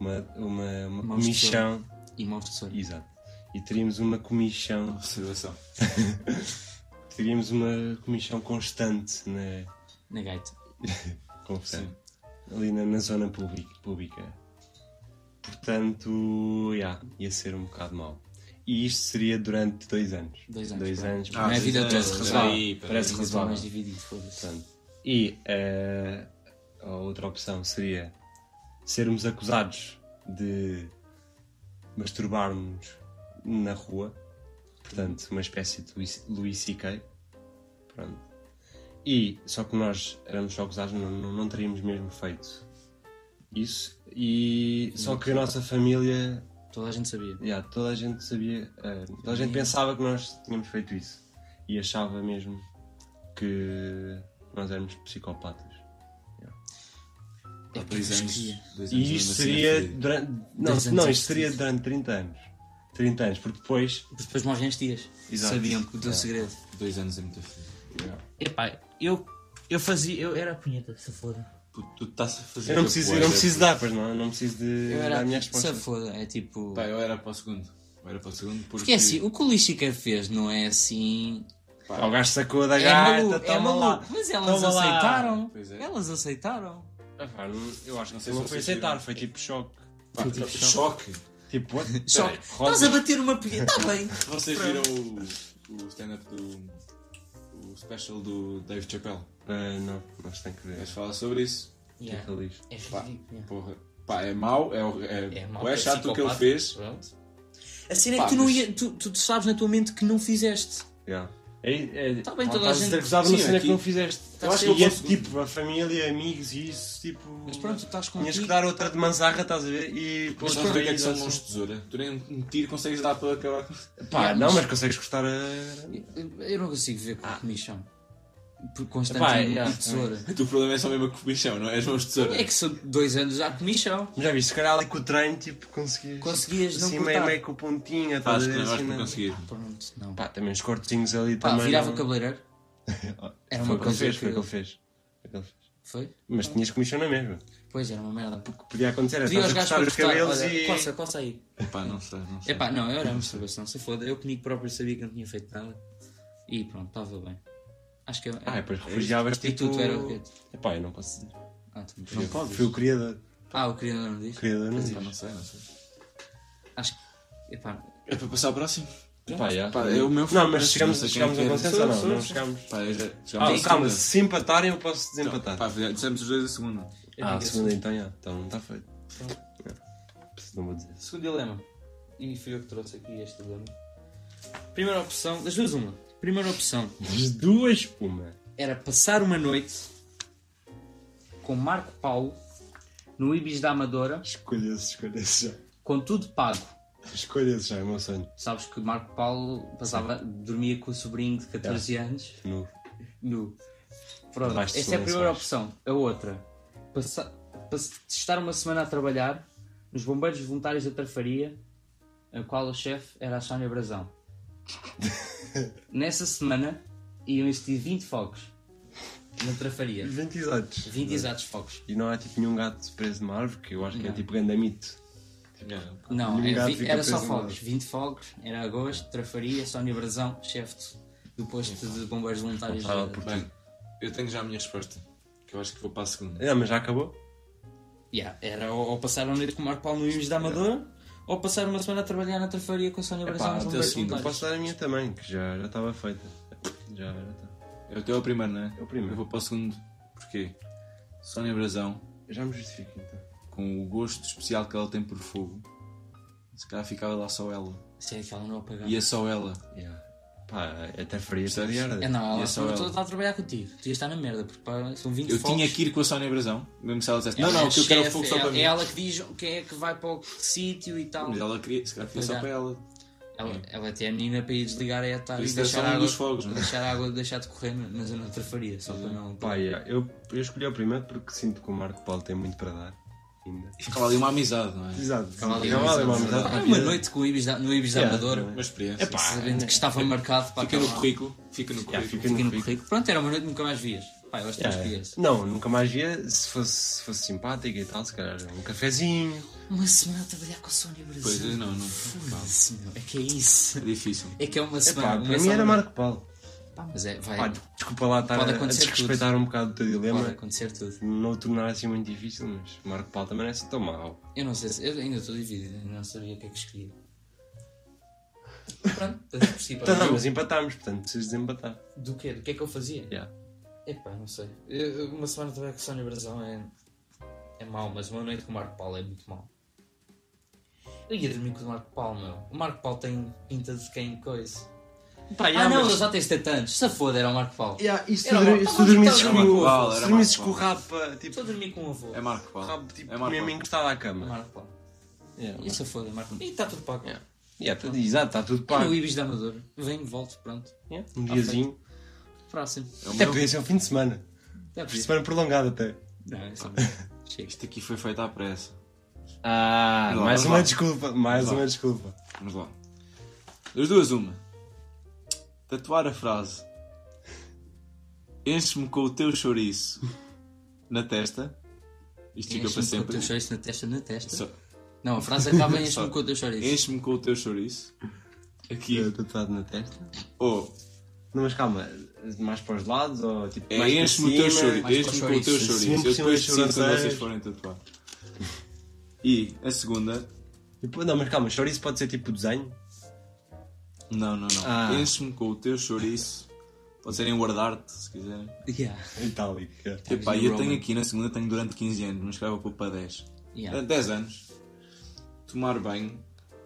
[SPEAKER 1] uma, uma, uma
[SPEAKER 2] Mons
[SPEAKER 1] comissão.
[SPEAKER 2] E mostra o
[SPEAKER 1] Exato. E teríamos uma comissão.
[SPEAKER 3] Observação.
[SPEAKER 1] Teríamos uma comissão constante na.
[SPEAKER 2] Na gaita.
[SPEAKER 1] Confessão. ali na, na zona pública, pública. Portanto, yeah, ia ser um bocado mau. E isto seria durante dois anos.
[SPEAKER 2] Dois anos,
[SPEAKER 1] Dois
[SPEAKER 2] pá.
[SPEAKER 1] anos.
[SPEAKER 2] Ah, Minha
[SPEAKER 1] portanto,
[SPEAKER 2] vida
[SPEAKER 3] parece
[SPEAKER 2] toda.
[SPEAKER 3] razoável.
[SPEAKER 1] Peraí,
[SPEAKER 3] Parece
[SPEAKER 1] peraí.
[SPEAKER 2] Razão mais dividido, foda-se.
[SPEAKER 1] Portanto, e eh, a outra opção seria sermos acusados de masturbarmos na rua, portanto, uma espécie de Louis- Louis C.K. Pronto. E só que nós éramos só acusados, não, não, não teríamos mesmo feito isso. E só que a nossa família,
[SPEAKER 2] Toda a gente sabia.
[SPEAKER 1] já, toda a gente sabia, eh, toda a gente pensava que nós tínhamos feito isso e achava mesmo que nós éramos psicopatas.
[SPEAKER 2] É que
[SPEAKER 3] dois anos.
[SPEAKER 2] existia.
[SPEAKER 3] Dois anos
[SPEAKER 1] E isto
[SPEAKER 3] mesmo assim,
[SPEAKER 1] seria
[SPEAKER 3] é fodido.
[SPEAKER 1] durante. Não,
[SPEAKER 2] anos
[SPEAKER 1] não
[SPEAKER 2] né? é
[SPEAKER 1] isto seria
[SPEAKER 2] preciso.
[SPEAKER 1] durante 30 anos. 30 anos, porque depois.
[SPEAKER 2] Mas Depois morrem as tias.
[SPEAKER 1] Exato.
[SPEAKER 2] Sabiam que o teu
[SPEAKER 1] É.
[SPEAKER 2] segredo.
[SPEAKER 3] Dois anos é muito frio.
[SPEAKER 4] Epá, eu, eu fazia. Eu era a punheta, se foda.
[SPEAKER 3] Puto, tu estás a fazer.
[SPEAKER 1] Eu não preciso, eu não
[SPEAKER 3] capoeira,
[SPEAKER 1] preciso
[SPEAKER 3] puto.
[SPEAKER 1] dar, pois não, eu não preciso de
[SPEAKER 2] é Eu
[SPEAKER 1] dar
[SPEAKER 2] era
[SPEAKER 1] a minha
[SPEAKER 2] se
[SPEAKER 1] resposta.
[SPEAKER 2] foda, é tipo.
[SPEAKER 3] Pá, eu era para o segundo. Eu era para o segundo porque.
[SPEAKER 2] Porque é assim, o que o Luís Chica fez não é assim.
[SPEAKER 1] Pá, O gajo sacou da
[SPEAKER 2] é
[SPEAKER 1] gata,
[SPEAKER 3] Ah, então
[SPEAKER 2] maluco, é
[SPEAKER 1] toma lá.
[SPEAKER 2] maluco. Mas elas
[SPEAKER 1] Toma lá.
[SPEAKER 2] aceitaram.
[SPEAKER 3] Pois é.
[SPEAKER 2] Elas aceitaram.
[SPEAKER 1] Ah, pá, não- Eu acho que
[SPEAKER 3] Não
[SPEAKER 1] não,
[SPEAKER 3] sei se
[SPEAKER 1] foi
[SPEAKER 3] vocês
[SPEAKER 1] aceitar,
[SPEAKER 3] viram.
[SPEAKER 1] foi tipo choque.
[SPEAKER 3] Pá,
[SPEAKER 1] tipo
[SPEAKER 3] choque.
[SPEAKER 1] Tipo,
[SPEAKER 2] *laughs*
[SPEAKER 1] what?
[SPEAKER 2] Só
[SPEAKER 1] Peraí,
[SPEAKER 2] que
[SPEAKER 1] rodas-
[SPEAKER 2] estás a bater uma punheta.
[SPEAKER 4] *laughs*
[SPEAKER 2] Está bem.
[SPEAKER 3] Vocês viram o, o stand-up do. O special do Dave Chappelle.
[SPEAKER 1] Ah, Não, mas tem que ver.
[SPEAKER 3] Mas fala sobre isso.
[SPEAKER 1] Que ele diz.
[SPEAKER 2] É
[SPEAKER 3] Pá,
[SPEAKER 2] ridículo. yeah.
[SPEAKER 3] porra. Pá, é mau, é, hor- é,
[SPEAKER 2] É
[SPEAKER 3] é,
[SPEAKER 2] mau,
[SPEAKER 3] é chato o que ele
[SPEAKER 2] psicopata.
[SPEAKER 3] fez.
[SPEAKER 2] Pronto. A cena é
[SPEAKER 3] Pá,
[SPEAKER 2] que tu, não
[SPEAKER 3] mas-
[SPEAKER 2] ia, tu, tu sabes na tua mente que não fizeste.
[SPEAKER 1] Yeah. É, é,
[SPEAKER 2] Tá bem,
[SPEAKER 1] pá,
[SPEAKER 2] toda a
[SPEAKER 1] estás
[SPEAKER 2] gente- Tá
[SPEAKER 1] ser acusado de uma
[SPEAKER 3] Sim,
[SPEAKER 1] cena
[SPEAKER 3] aqui-
[SPEAKER 1] que não fizeste.
[SPEAKER 3] Eu acho que eu
[SPEAKER 1] e é
[SPEAKER 3] posso-
[SPEAKER 1] tipo, a família, amigos e isso, tipo.
[SPEAKER 2] Mas pronto, tu estás
[SPEAKER 1] Tinhas que
[SPEAKER 2] contigo.
[SPEAKER 1] dar outra de manzarra, estás a ver? E
[SPEAKER 3] Mas
[SPEAKER 1] pôs
[SPEAKER 3] sabes o
[SPEAKER 1] por
[SPEAKER 3] que é
[SPEAKER 1] aí,
[SPEAKER 3] que são
[SPEAKER 1] assim.
[SPEAKER 3] mãos de tesoura? Tu nem um tiro consegues dar para acabar com.
[SPEAKER 1] Pá,
[SPEAKER 2] Yeah,
[SPEAKER 1] não,
[SPEAKER 2] mas-
[SPEAKER 1] mas consegues cortar a.
[SPEAKER 2] Eu não consigo ver
[SPEAKER 4] Ah.
[SPEAKER 2] com o comichão. Por
[SPEAKER 1] Epá,
[SPEAKER 4] é,
[SPEAKER 2] constante
[SPEAKER 1] yeah.
[SPEAKER 2] e tesoura.
[SPEAKER 3] O teu problema é só mesmo a comichão, não é as mãos de tesoura.
[SPEAKER 2] É que são dois anos já comichão.
[SPEAKER 1] Já viste, se calhar ali com o treino, tipo, conseguias.
[SPEAKER 2] Conseguias não
[SPEAKER 1] assim,
[SPEAKER 2] cortar.
[SPEAKER 1] meio, meio com o pontinho, estás
[SPEAKER 3] acho
[SPEAKER 1] a
[SPEAKER 3] que
[SPEAKER 1] ver?
[SPEAKER 3] não, acho
[SPEAKER 1] Assim,
[SPEAKER 3] que não
[SPEAKER 1] não.
[SPEAKER 3] conseguir.
[SPEAKER 2] Pronto, não.
[SPEAKER 1] Pá, também os cortezinhos ali
[SPEAKER 2] Pá,
[SPEAKER 1] também.
[SPEAKER 2] virava
[SPEAKER 1] não-
[SPEAKER 2] cabeleireiro.
[SPEAKER 1] *laughs*
[SPEAKER 2] Era
[SPEAKER 1] Foi
[SPEAKER 2] uma
[SPEAKER 1] o que ele
[SPEAKER 2] coisa
[SPEAKER 1] fez,
[SPEAKER 2] que-
[SPEAKER 1] foi o que ele fez. Foi o que ele fez.
[SPEAKER 2] Foi?
[SPEAKER 1] Mas tinhas comissão na mesma.
[SPEAKER 2] Pois, era uma merda.
[SPEAKER 1] O que podia acontecer era
[SPEAKER 2] Pedi aos
[SPEAKER 1] estás
[SPEAKER 2] gajos
[SPEAKER 1] a cortar
[SPEAKER 2] para
[SPEAKER 1] os
[SPEAKER 2] cortar.
[SPEAKER 1] cabelos
[SPEAKER 2] Olha,
[SPEAKER 1] e.
[SPEAKER 2] coça, coça aí.
[SPEAKER 3] Pá, não sei, não
[SPEAKER 1] É
[SPEAKER 3] sei.
[SPEAKER 2] Epá, não, eu era a masturbação, se foda. Eu comigo próprio sabia que não tinha feito nada. E pronto, estava bem. Acho que é.
[SPEAKER 1] Ah, e depois refugiavas
[SPEAKER 2] E tu,
[SPEAKER 1] tipo.
[SPEAKER 2] tu era o quê?
[SPEAKER 1] Epá, eu não posso dizer.
[SPEAKER 2] Ah, tu
[SPEAKER 3] Não podes.
[SPEAKER 1] Fui o criador.
[SPEAKER 2] Ah, o querido não diz?
[SPEAKER 1] O criador não
[SPEAKER 3] Epá, não
[SPEAKER 1] diz.
[SPEAKER 3] sei, não sei.
[SPEAKER 2] Acho que. Epá,
[SPEAKER 3] É para passar ao próximo.
[SPEAKER 1] Epá, já.
[SPEAKER 3] Pá, é o meu
[SPEAKER 1] Não,
[SPEAKER 3] favorito,
[SPEAKER 1] mas chegamos,
[SPEAKER 3] sei quem
[SPEAKER 1] chegamos a
[SPEAKER 3] quer.
[SPEAKER 1] consenso ou não? Não chegamos.
[SPEAKER 3] Pá, eu já-
[SPEAKER 1] Ah,
[SPEAKER 3] chegamos ao
[SPEAKER 1] calma,
[SPEAKER 3] segundo.
[SPEAKER 1] se empatarem eu posso desempatar.
[SPEAKER 3] Pá, já dissemos os dois a segunda.
[SPEAKER 1] Ah, a
[SPEAKER 2] digo
[SPEAKER 1] segunda então, já. Então não está feito.
[SPEAKER 3] Então.
[SPEAKER 1] É. Não vou dizer.
[SPEAKER 2] Segundo dilema. E fui eu que trouxe aqui este dilema. Primeira opção, das duas uma. Primeira opção
[SPEAKER 1] As duas, uma.
[SPEAKER 2] era passar uma noite com Marco Paulo no Ibis da Amadora,
[SPEAKER 1] Escolha-se, escolha-se já.
[SPEAKER 2] com tudo pago.
[SPEAKER 1] Escolha-se já, é o meu sonho.
[SPEAKER 2] Sabes que Marco Paulo passava, dormia com o sobrinho de 14 anos
[SPEAKER 1] No.
[SPEAKER 2] nu. Pronto,
[SPEAKER 1] Abaixo de
[SPEAKER 2] essa é a primeira
[SPEAKER 1] lençóis.
[SPEAKER 2] opção. A outra, passa, pas- estar uma semana a trabalhar nos Bombeiros Voluntários da Trafaria, a qual o chefe era a Sónia Brazão. Nessa semana iam existir 20 fogos na Trafaria.
[SPEAKER 1] 20 exatos.
[SPEAKER 2] 20 exatos fogos.
[SPEAKER 1] E não há tipo nenhum gato preso numa árvore, que eu acho que é
[SPEAKER 2] Não.
[SPEAKER 1] tipo grande mito.
[SPEAKER 2] Não,
[SPEAKER 1] Nenhum
[SPEAKER 2] era,
[SPEAKER 1] gato
[SPEAKER 2] vi-
[SPEAKER 1] fica
[SPEAKER 2] era só
[SPEAKER 1] preso no
[SPEAKER 2] fogos. 20 fogos, era agosto, Trafaria, Sónia Brazão, chefe do posto de Bombeiros Voluntários da
[SPEAKER 1] Responsável por
[SPEAKER 3] Bem, eu tenho já a minha resposta. Que eu acho que vou para a segunda.
[SPEAKER 1] Não, mas já acabou?
[SPEAKER 2] Yeah, era ou, ou passar a noite com o Marco Paulo no Ives da Amadora, ou passar uma semana a trabalhar na trafaria com a Sónia Brazão.
[SPEAKER 3] Epá,
[SPEAKER 2] nos
[SPEAKER 3] até
[SPEAKER 2] Bombeiros
[SPEAKER 3] assim, não
[SPEAKER 1] Eu
[SPEAKER 2] Voluntários.
[SPEAKER 1] posso dar a minha também, que já já estava feita. Já já tá. está.
[SPEAKER 3] É o teu é o primeiro, não é?
[SPEAKER 1] É o primeiro.
[SPEAKER 3] Eu vou para o segundo. Porquê? Sónia Brazão,
[SPEAKER 1] Eu já me justifico então.
[SPEAKER 3] com o gosto especial que ela tem por fogo, se calhar ficava lá só ela.
[SPEAKER 2] Sério que ela não apagava.
[SPEAKER 3] E é só ela.
[SPEAKER 1] Yeah. Pá, até faria
[SPEAKER 3] Percebes?
[SPEAKER 1] estaria
[SPEAKER 2] É, não, ela
[SPEAKER 3] e é só
[SPEAKER 2] estava
[SPEAKER 3] ela.
[SPEAKER 2] toda a trabalhar contigo. Tu ias estar na merda, porque pá, são 20
[SPEAKER 3] Eu
[SPEAKER 2] fogos.
[SPEAKER 3] tinha que ir com a Sónia Brazão, mesmo se ela dissesse,
[SPEAKER 2] Ela
[SPEAKER 3] não, não,
[SPEAKER 2] é
[SPEAKER 3] o que eu quero é
[SPEAKER 2] chefe,
[SPEAKER 3] fogo só
[SPEAKER 2] é-
[SPEAKER 3] para mim.
[SPEAKER 2] É ela que diz quem é que vai para o que sítio e tal.
[SPEAKER 3] Mas ela queria, se calhar queria só
[SPEAKER 2] Obrigado.
[SPEAKER 3] para ela.
[SPEAKER 2] Ela, ela até é a menina para ir desligar é a
[SPEAKER 3] Por
[SPEAKER 2] tarde e
[SPEAKER 3] isso deve ser
[SPEAKER 2] deixar a
[SPEAKER 3] um
[SPEAKER 2] água,
[SPEAKER 3] dos fogos, não é?
[SPEAKER 2] deixar a água deixar de correr na, na zona de trafaria, só para não.
[SPEAKER 1] Pá, yeah. eu, eu escolhi o primeiro porque sinto que o Marco Paulo tem muito para dar. Ainda.
[SPEAKER 3] Ficava ali uma amizade, não é?
[SPEAKER 1] Exato.
[SPEAKER 2] Ficava ali
[SPEAKER 1] Já
[SPEAKER 2] uma-
[SPEAKER 1] vale uma amizade
[SPEAKER 2] Ah, uma
[SPEAKER 1] rápida.
[SPEAKER 2] noite com o Ibis da- no Ibis da
[SPEAKER 1] Yeah.
[SPEAKER 2] Amadora.
[SPEAKER 3] Uma experiência.
[SPEAKER 1] Epá,
[SPEAKER 2] sabendo que estava marcado para
[SPEAKER 3] fica no
[SPEAKER 2] acabar.
[SPEAKER 3] currículo. Fica no
[SPEAKER 1] yeah,
[SPEAKER 3] currículo.
[SPEAKER 1] fica no
[SPEAKER 2] Fiquei no
[SPEAKER 1] currículo.
[SPEAKER 2] currículo. Pronto, era uma noite que nunca mais vias. Pá, eu acho que
[SPEAKER 1] Yeah,
[SPEAKER 2] yeah.
[SPEAKER 1] é. Não, nunca mais via se fosse, se fosse simpática e tal, se calhar um cafezinho.
[SPEAKER 2] Uma semana a trabalhar com a Sónia Brasil.
[SPEAKER 3] Pois é, não, não.
[SPEAKER 2] Foda-se, meu. É que é isso.
[SPEAKER 3] É difícil.
[SPEAKER 2] É que é uma
[SPEAKER 1] Epá,
[SPEAKER 2] semana.
[SPEAKER 1] para
[SPEAKER 2] uma
[SPEAKER 1] mim era
[SPEAKER 2] semana.
[SPEAKER 1] Marco Paulo.
[SPEAKER 2] Pá, mas é, vai,
[SPEAKER 1] Pá, desculpa lá estar
[SPEAKER 2] Pode
[SPEAKER 1] a, a
[SPEAKER 2] acontecer
[SPEAKER 1] desrespeitar um bocado o teu
[SPEAKER 2] pode
[SPEAKER 1] dilema,
[SPEAKER 2] acontecer tudo.
[SPEAKER 1] não o tornar assim muito difícil, mas Marco Paulo também não é assim tão mau.
[SPEAKER 2] Eu não sei se. Eu ainda estou dividido, ainda não sabia o que é que escolhia. Pronto, depois percebi
[SPEAKER 1] Então, não,
[SPEAKER 2] para
[SPEAKER 1] mas empatámos, portanto, precisas desempatar.
[SPEAKER 2] Do quê? Do que é que eu fazia?
[SPEAKER 1] Yeah.
[SPEAKER 2] Epá, não sei. Eu- eu- uma semana de trabalho com Sónia Brazão é. é mau, mas uma noite com o Marco Paulo é muito mau. Eu ia dormir com o Marco Paulo, meu. O Marco Paulo tem pinta de quem coisa.
[SPEAKER 1] Pá,
[SPEAKER 3] É,
[SPEAKER 2] ah, não, ele já tem 70 anos. Se foda, era o Marco Paulo.
[SPEAKER 1] Yeah, e se tu
[SPEAKER 2] Era
[SPEAKER 1] dormi-
[SPEAKER 2] uma-
[SPEAKER 1] se tu dormisses
[SPEAKER 2] Era
[SPEAKER 1] com
[SPEAKER 3] Marco
[SPEAKER 1] o
[SPEAKER 3] Paulo,
[SPEAKER 1] se
[SPEAKER 3] era
[SPEAKER 1] dormisses com o
[SPEAKER 3] Marco
[SPEAKER 1] rapa, tipo,
[SPEAKER 2] Estou a dormir com o avô.
[SPEAKER 3] É Marco Paulo.
[SPEAKER 1] rabo tipo,
[SPEAKER 3] é Marco
[SPEAKER 1] mesmo
[SPEAKER 3] Paulo.
[SPEAKER 1] encostado à
[SPEAKER 2] O
[SPEAKER 1] cama.
[SPEAKER 2] Marco Paulo.
[SPEAKER 1] Yeah,
[SPEAKER 2] E se foda, Marco E está tudo
[SPEAKER 3] É.
[SPEAKER 2] pago.
[SPEAKER 1] Yeah. yeah, tá- exato, está tudo
[SPEAKER 2] Pá.
[SPEAKER 1] pago.
[SPEAKER 2] No Ibis da Amador. Venho, volto, pronto.
[SPEAKER 1] Yeah, Um diazinho.
[SPEAKER 2] Próximo.
[SPEAKER 3] É o
[SPEAKER 1] Até
[SPEAKER 3] meu.
[SPEAKER 1] podia ser um fim de semana.
[SPEAKER 2] Dá para
[SPEAKER 1] Fim de
[SPEAKER 2] isso.
[SPEAKER 1] semana prolongada até.
[SPEAKER 2] Não, é só. Chega.
[SPEAKER 3] Isto aqui foi feito à pressa.
[SPEAKER 1] Ah,
[SPEAKER 3] Vamos lá,
[SPEAKER 1] mais
[SPEAKER 3] vamos
[SPEAKER 1] uma
[SPEAKER 3] lá.
[SPEAKER 1] desculpa, mais
[SPEAKER 3] Vamos lá.
[SPEAKER 1] uma desculpa.
[SPEAKER 3] Vamos lá. Das duas, uma. Tatuar a frase Enche-me com o teu chouriço na testa. Isto fica para
[SPEAKER 2] Enche-me com o
[SPEAKER 3] sempre.
[SPEAKER 2] teu chorizo na testa, na testa.
[SPEAKER 3] Só-
[SPEAKER 2] Não, a frase é acaba em enche-me
[SPEAKER 3] *laughs* Só-
[SPEAKER 2] com o teu chorizo.
[SPEAKER 3] Enche-me com o teu chouriço.
[SPEAKER 1] Eu
[SPEAKER 3] Aqui.
[SPEAKER 1] tatuado na testa.
[SPEAKER 3] Ou
[SPEAKER 1] Não, mas calma, mais para os lados ou tipo
[SPEAKER 3] é
[SPEAKER 1] mais para
[SPEAKER 3] enche-me o teu
[SPEAKER 1] cima?
[SPEAKER 2] mais
[SPEAKER 3] chouriço.
[SPEAKER 2] para
[SPEAKER 3] Enche-me com o teu
[SPEAKER 2] chouriço.
[SPEAKER 3] chouriço.
[SPEAKER 1] Sim,
[SPEAKER 3] Eu
[SPEAKER 1] por cima
[SPEAKER 3] depois
[SPEAKER 1] das
[SPEAKER 3] decido quando
[SPEAKER 1] chouriças.
[SPEAKER 3] vocês forem tatuar. E a segunda.
[SPEAKER 1] Tipo, Não, mas calma, chouriço pode ser tipo desenho.
[SPEAKER 3] Não, não, não.
[SPEAKER 1] Ah.
[SPEAKER 3] Enche-me com o teu chouriço. Pode ser em guardar-te, se quiserem.
[SPEAKER 2] Yeah.
[SPEAKER 1] Itálico. Então, yeah.
[SPEAKER 3] Epá,
[SPEAKER 2] Times New
[SPEAKER 3] eu tenho
[SPEAKER 2] Roman.
[SPEAKER 3] aqui, na segunda tenho durante 15 anos, mas escravo para 10.
[SPEAKER 2] Yeah.
[SPEAKER 3] Eh, 10 anos. Tomar banho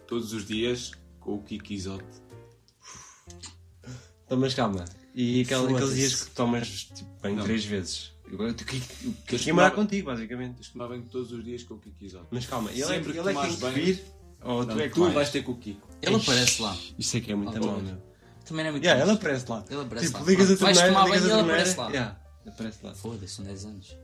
[SPEAKER 3] todos os dias com o Kikizote.
[SPEAKER 1] Então, mas calma. E aquel-
[SPEAKER 2] Foda-se.
[SPEAKER 1] aqueles dias que tomas tipo, bem
[SPEAKER 3] Não.
[SPEAKER 1] três vezes. Eu, eu, eu, eu,
[SPEAKER 3] Tens que
[SPEAKER 1] é ia morar
[SPEAKER 3] tomar-
[SPEAKER 1] contigo, basicamente.
[SPEAKER 3] Tens de tomar banho todos os dias com o Kikizote.
[SPEAKER 1] Mas calma, ele é,
[SPEAKER 3] Sempre
[SPEAKER 1] que- ele
[SPEAKER 3] que
[SPEAKER 1] é que
[SPEAKER 3] tomares
[SPEAKER 1] tem que
[SPEAKER 3] banho-
[SPEAKER 1] vir ou tu
[SPEAKER 3] Não,
[SPEAKER 1] é que
[SPEAKER 3] tu
[SPEAKER 1] vais?
[SPEAKER 3] vais ter com o Kiko.
[SPEAKER 2] Ele aparece lá.
[SPEAKER 1] Isso é que é muito
[SPEAKER 2] Ah,
[SPEAKER 1] mal,
[SPEAKER 2] bom.
[SPEAKER 1] meu.
[SPEAKER 2] Também não é muito
[SPEAKER 1] Yeah, ele
[SPEAKER 2] bom.
[SPEAKER 1] aparece lá.
[SPEAKER 2] Ele aparece
[SPEAKER 1] tipo,
[SPEAKER 2] lá.
[SPEAKER 1] ligas a
[SPEAKER 2] Pronto, vais
[SPEAKER 1] torneira,
[SPEAKER 2] tomar
[SPEAKER 1] ligas a
[SPEAKER 2] banho e ele
[SPEAKER 1] torneira.
[SPEAKER 2] aparece lá.
[SPEAKER 1] Yeah, aparece lá.
[SPEAKER 2] Foda-se, são 10 anos.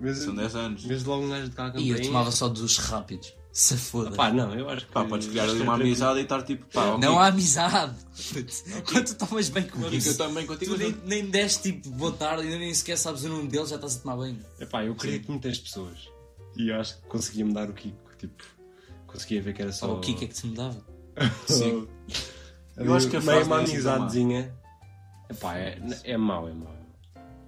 [SPEAKER 1] Mas,
[SPEAKER 3] São 10 anos.
[SPEAKER 1] mas logo um gajo de cá
[SPEAKER 2] E eu tomava só dos rápidos. Se foda.
[SPEAKER 1] Pá, não, eu acho que.
[SPEAKER 3] Pá, podes criar ali uma amizade e estar tipo, pá, ó,
[SPEAKER 2] não
[SPEAKER 3] Kiko,
[SPEAKER 2] há amizade. *laughs* Quando tu tomas bem com
[SPEAKER 3] Kiko, eu
[SPEAKER 2] isso,
[SPEAKER 3] também
[SPEAKER 2] tu
[SPEAKER 3] contigo.
[SPEAKER 2] nem, nem deste tipo boa tarde, ainda nem sequer sabes o nome dele, já estás a tomar banho.
[SPEAKER 1] Epá, eu queria que muitas pessoas. E eu acho que conseguia mudar o Kiko. Tipo, conseguia ver que era só.
[SPEAKER 2] Ou o
[SPEAKER 1] *laughs*
[SPEAKER 2] que é que te mudava?
[SPEAKER 3] Sim.
[SPEAKER 1] Eu acho que a
[SPEAKER 3] frase
[SPEAKER 1] uma
[SPEAKER 3] não é assim tão má.
[SPEAKER 1] amizadezinha. Epá, é, é mau, é mau.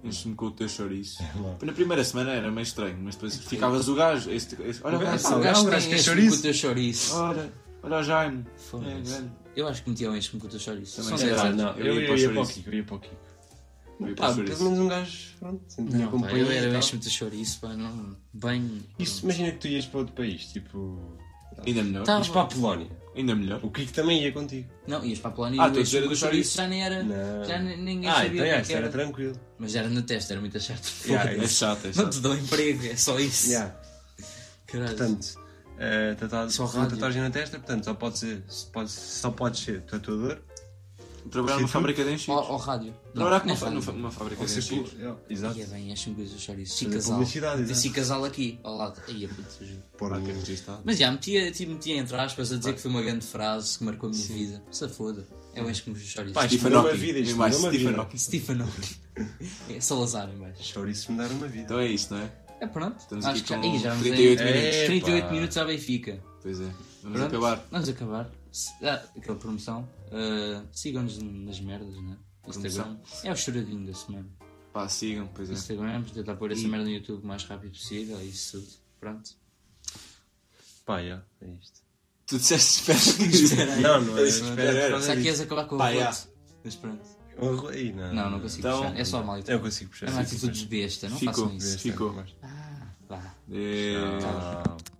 [SPEAKER 3] Enche-me com o teu chouriço.
[SPEAKER 1] mau.
[SPEAKER 3] Na primeira semana era meio estranho, mas depois ficavas o gajo. Esse, esse, olha,
[SPEAKER 1] O
[SPEAKER 3] o gajo,
[SPEAKER 1] gajo,
[SPEAKER 3] pá,
[SPEAKER 1] o
[SPEAKER 3] o gajo.
[SPEAKER 1] gajo
[SPEAKER 2] tem
[SPEAKER 1] parece que é
[SPEAKER 2] enche-me
[SPEAKER 1] chouriço.
[SPEAKER 2] com o teu chouriço.
[SPEAKER 3] Olha, olha o Jaime. É
[SPEAKER 2] Foda-se.
[SPEAKER 3] grande.
[SPEAKER 2] Eu acho que metia o enche-me com o teu chouriço.
[SPEAKER 3] Também
[SPEAKER 2] São
[SPEAKER 3] é
[SPEAKER 2] 10
[SPEAKER 1] Epá,
[SPEAKER 2] anos.
[SPEAKER 1] não, eu
[SPEAKER 3] Eu ia para
[SPEAKER 1] ia
[SPEAKER 3] o
[SPEAKER 1] para o
[SPEAKER 3] chouriço.
[SPEAKER 1] Kiko, eu ia para o Kiko.
[SPEAKER 3] Eu ia para
[SPEAKER 1] Pá,
[SPEAKER 3] o
[SPEAKER 1] pelo
[SPEAKER 3] chouriço.
[SPEAKER 1] menos um gajo. Pronto, sentado
[SPEAKER 2] Não,
[SPEAKER 1] com
[SPEAKER 2] pá, eu
[SPEAKER 1] companhia
[SPEAKER 2] era
[SPEAKER 1] e
[SPEAKER 2] o
[SPEAKER 1] tal.
[SPEAKER 2] enche-me com o teu chouriço, pá, não. Bem.
[SPEAKER 1] Isso, imagina que tu ias para outro país, tipo.
[SPEAKER 3] Ainda melhor.
[SPEAKER 2] Tá.
[SPEAKER 1] Ias para a Polónia.
[SPEAKER 3] Ainda melhor.
[SPEAKER 1] O Kiko também ia contigo.
[SPEAKER 2] Não, ias para a Polónia
[SPEAKER 3] Ah,
[SPEAKER 2] e o
[SPEAKER 3] estou a dizer
[SPEAKER 2] enche-me com o
[SPEAKER 3] do
[SPEAKER 2] chouriço
[SPEAKER 3] chouriço.
[SPEAKER 2] já nem era.
[SPEAKER 1] Não.
[SPEAKER 2] Já nem- ninguém
[SPEAKER 1] Ah,
[SPEAKER 2] sabia
[SPEAKER 1] então
[SPEAKER 2] o que é
[SPEAKER 1] é, isso
[SPEAKER 2] que
[SPEAKER 1] era
[SPEAKER 2] era.
[SPEAKER 1] tranquilo.
[SPEAKER 2] Mas era na testa, era muito chato.
[SPEAKER 1] Yeah,
[SPEAKER 3] É chato, é
[SPEAKER 2] *laughs* Não
[SPEAKER 3] chato.
[SPEAKER 2] te dou emprego, é só isso.
[SPEAKER 1] Yeah.
[SPEAKER 2] Caralho.
[SPEAKER 1] Portanto, eh, tatuado-
[SPEAKER 2] Só
[SPEAKER 1] uma
[SPEAKER 2] rádio.
[SPEAKER 1] tatuagem na testa, tá, portanto, só pode ser, pode, só pode ser tatuador.
[SPEAKER 3] Trabalhar numa fábrica de enchidos.
[SPEAKER 2] Ao, ao rádio.
[SPEAKER 3] Trabalhar com
[SPEAKER 2] nem
[SPEAKER 3] uma, fa-
[SPEAKER 2] rádio.
[SPEAKER 3] numa, numa fábrica
[SPEAKER 1] Ou
[SPEAKER 3] de
[SPEAKER 1] ser
[SPEAKER 3] enchidos.
[SPEAKER 1] pu- é, Exato.
[SPEAKER 2] Ia bem, acham coisas chorizos. Se
[SPEAKER 1] Fazer
[SPEAKER 2] casal.
[SPEAKER 1] publicidade,
[SPEAKER 2] Tem
[SPEAKER 1] exato.
[SPEAKER 2] se casal aqui, ao lado. Aí, puto, juro.
[SPEAKER 1] Pôr um-
[SPEAKER 2] Mas já, metia, tipo, metia entre aspas a dizer que foi uma grande frase que marcou a minha vida. Se foda. É o enche-me os chorizos. Tipo,
[SPEAKER 1] Pá, isto
[SPEAKER 3] Stephen
[SPEAKER 1] mudou uma
[SPEAKER 3] Hawking.
[SPEAKER 1] é vida, isto
[SPEAKER 3] Em baixo,
[SPEAKER 1] mudou uma
[SPEAKER 3] Stephen
[SPEAKER 1] vida.
[SPEAKER 3] Hawking.
[SPEAKER 2] Stephen Hawking. é Salazar, mas.
[SPEAKER 1] Chouriço me dar uma vida.
[SPEAKER 3] Então é isto, não é?
[SPEAKER 2] É pronto.
[SPEAKER 3] Estamos
[SPEAKER 2] Acho
[SPEAKER 3] aqui
[SPEAKER 2] que já,
[SPEAKER 3] com
[SPEAKER 2] aí, já vamos
[SPEAKER 3] 38
[SPEAKER 2] em-
[SPEAKER 1] minutos. Epá.
[SPEAKER 2] 38 minutos à Benfica.
[SPEAKER 3] Pois é. Vamos
[SPEAKER 2] Pronto.
[SPEAKER 3] acabar.
[SPEAKER 2] Vamos acabar. Se- Ah, aquela promoção. Ah, Sigam-nos nas merdas, né? Instagram. É o choradinho da semana.
[SPEAKER 3] Pá, sigam, pois é.
[SPEAKER 2] Instagram, vamos tentar pôr essa merda no YouTube o mais rápido possível e isso tudo. Pronto.
[SPEAKER 1] Pá, já, é isto.
[SPEAKER 3] Tu disseste *laughs* espera.
[SPEAKER 1] Não, não é.
[SPEAKER 3] Isso,
[SPEAKER 1] Espera,
[SPEAKER 3] era,
[SPEAKER 1] por
[SPEAKER 3] era.
[SPEAKER 1] causa
[SPEAKER 2] Só que
[SPEAKER 1] disso.
[SPEAKER 2] ias acabar com o
[SPEAKER 3] Pá,
[SPEAKER 2] voto.
[SPEAKER 3] já.
[SPEAKER 2] Mas pronto.
[SPEAKER 1] Oh, aí, Não,
[SPEAKER 2] Não, não consigo
[SPEAKER 3] Então-
[SPEAKER 2] puxar. É só mal.
[SPEAKER 1] Eu consigo
[SPEAKER 2] É
[SPEAKER 1] puxar. assim,
[SPEAKER 2] uma
[SPEAKER 1] sim,
[SPEAKER 2] atitude
[SPEAKER 1] sim,
[SPEAKER 2] de besta, não
[SPEAKER 3] Ficou.
[SPEAKER 2] façam isso.
[SPEAKER 1] sim.
[SPEAKER 3] Ficou.
[SPEAKER 2] Ah, vá.
[SPEAKER 3] É.
[SPEAKER 1] Tchau.